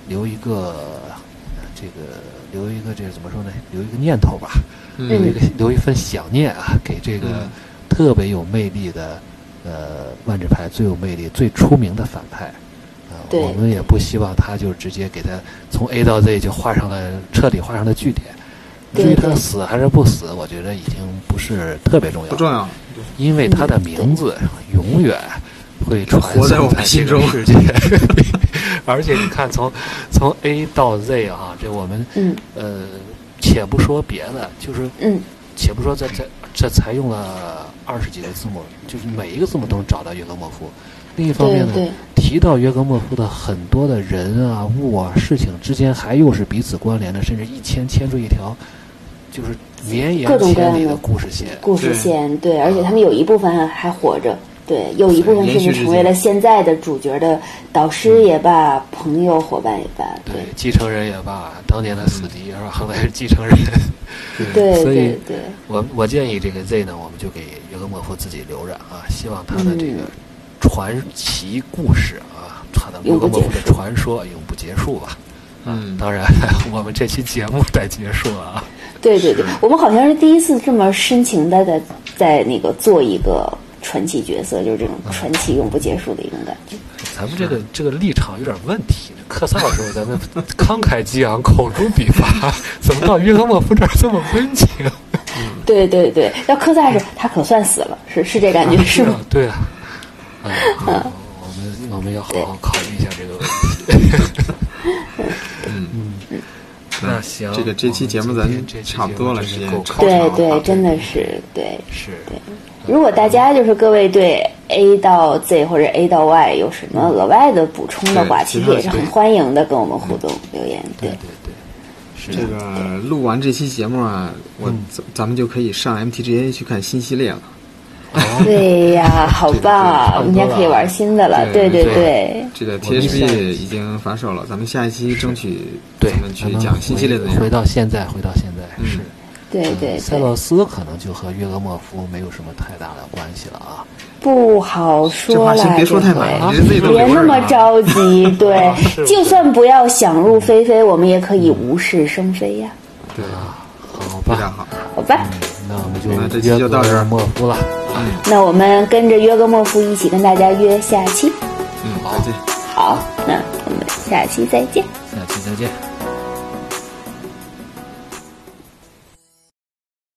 Speaker 3: 留一个呃这个留一个这个怎么说呢？留一个念头吧，
Speaker 2: 嗯
Speaker 3: 留一个留一份想念啊，给这个
Speaker 1: 嗯
Speaker 3: 特别有魅力的呃万智牌最有魅力、最出名的反派。啊，
Speaker 2: 对
Speaker 3: 我们也不希望他就直接给他从 A 到 Z 就画上了彻底画上了句点。
Speaker 2: 对
Speaker 3: 至于他
Speaker 2: 对
Speaker 3: 死还是不死，我觉得已经不是特别重要。
Speaker 1: 不重要了，
Speaker 3: 因为他的名字
Speaker 2: 嗯
Speaker 3: 永远会传
Speaker 1: 活在我们心中
Speaker 3: 颂在这个世界。 <laughs> 而且你看从，从 A 到 Z 啊，这我们
Speaker 2: 嗯
Speaker 3: 呃，且不说别的，就是
Speaker 2: 嗯，
Speaker 3: 且不说这这这才用了二十几个字母，就是每一个字母都能找到约格莫夫。另一方面呢，
Speaker 2: 对对
Speaker 3: 提到约格莫夫的很多的人啊、物啊、事情之间，还又是彼此关联的，甚至一牵牵出一条，就是绵延
Speaker 2: 各种各样
Speaker 3: 千里
Speaker 2: 的
Speaker 3: 的故事线。
Speaker 2: 故事线对，而且他们有一部分还活着，对，有一部分甚
Speaker 1: 延续
Speaker 2: 至
Speaker 1: 至
Speaker 2: 成为
Speaker 1: 今
Speaker 2: 了现在的主角的导师也罢，朋友伙伴也罢，对
Speaker 3: 对，继承人也罢，当年的死敌是吧？后来是继承人。 <laughs>
Speaker 2: 对
Speaker 3: 所以
Speaker 2: 对对，
Speaker 3: 我我建议这个 Z 呢，我们就给约格莫夫自己留着啊，希望他的这个传奇故事啊，他的约格莫夫的传说永不结束吧。
Speaker 1: 嗯，
Speaker 3: 当然，我们这期节目得结束了啊。
Speaker 2: 对对对，我们好像是第一次这么深情的在在那个做一个传奇角色，就是这种传奇永不结束的一种感觉。
Speaker 3: 咱们这个这个立场有点问题。克萨的时候，咱们慷慨激昂，口诛笔伐，怎么到约格莫夫这儿这么温情？
Speaker 2: 对对对，要科萨是他可算死了，是是这感觉是吗？啊
Speaker 3: <laughs> 啊，对啊。
Speaker 2: <laughs>
Speaker 3: 哎呀，我们我们要好好考虑一下这个问题。嗯， <laughs> 那行，
Speaker 1: 这个这期节目咱
Speaker 3: 我们今天这期
Speaker 1: 差不多了，
Speaker 3: 节
Speaker 1: 时
Speaker 3: 目真
Speaker 1: 间
Speaker 3: 是够
Speaker 1: 超长
Speaker 3: 长
Speaker 2: 对
Speaker 1: 了。
Speaker 2: 对，真的是对。
Speaker 3: 是
Speaker 2: 如果大家就是各位对 A 到 Z 或者 A 到 Y 有什么额外的补充的话，
Speaker 1: 嗯对
Speaker 2: 其
Speaker 1: 其
Speaker 2: 实
Speaker 1: 他
Speaker 2: 也是很
Speaker 1: 对嗯
Speaker 2: 欢迎的，跟我们互动留言。对
Speaker 3: 对，对，是
Speaker 1: 这个录完这期节目啊，我
Speaker 3: 嗯
Speaker 1: 咱咱们就可以上 MTGA 去看新系列了。
Speaker 3: 哦，
Speaker 2: 对
Speaker 1: <laughs>
Speaker 2: 呀，好棒
Speaker 3: 对对差
Speaker 2: 啊！
Speaker 3: 不多了
Speaker 2: 明天可以玩新的了。
Speaker 1: 对
Speaker 2: 对
Speaker 3: 对
Speaker 2: 对，
Speaker 1: 这个
Speaker 3: 我们下
Speaker 1: THB 已经发售了，咱们下一期争取
Speaker 3: 对
Speaker 1: 咱们，去
Speaker 3: 咱们
Speaker 1: 讲新系列的内
Speaker 3: 回
Speaker 1: 容。
Speaker 3: 到现在，回到现在是。
Speaker 2: 对对
Speaker 3: 塞
Speaker 2: 对，
Speaker 3: 勒斯可能就和约格莫夫没有什么太大的关系了啊。
Speaker 2: 不好说
Speaker 1: 这话
Speaker 2: 了，
Speaker 1: 先别
Speaker 2: 这
Speaker 1: 说太
Speaker 2: 回
Speaker 1: 满，
Speaker 3: 回
Speaker 1: 你这自己都
Speaker 2: 别
Speaker 1: 留
Speaker 2: 那
Speaker 1: 着
Speaker 2: 么
Speaker 1: 呢。
Speaker 2: 着急，
Speaker 1: <laughs> 哦
Speaker 2: 对
Speaker 3: 是，
Speaker 2: 就算不要想入非非，我们也可以无事生非呀，
Speaker 1: 对，
Speaker 3: 啊好
Speaker 1: 非常
Speaker 3: 吧，
Speaker 1: 好。
Speaker 2: 好吧？
Speaker 3: 那我们
Speaker 1: 那这
Speaker 3: 就
Speaker 1: 期
Speaker 3: 约
Speaker 1: 就到这
Speaker 3: 格
Speaker 1: 儿嗯
Speaker 3: 莫夫了。
Speaker 2: 那我们跟着约格莫夫一起跟大家约下期，
Speaker 1: 嗯，再见。
Speaker 2: 好，那我们下期再见。
Speaker 3: 下期再见。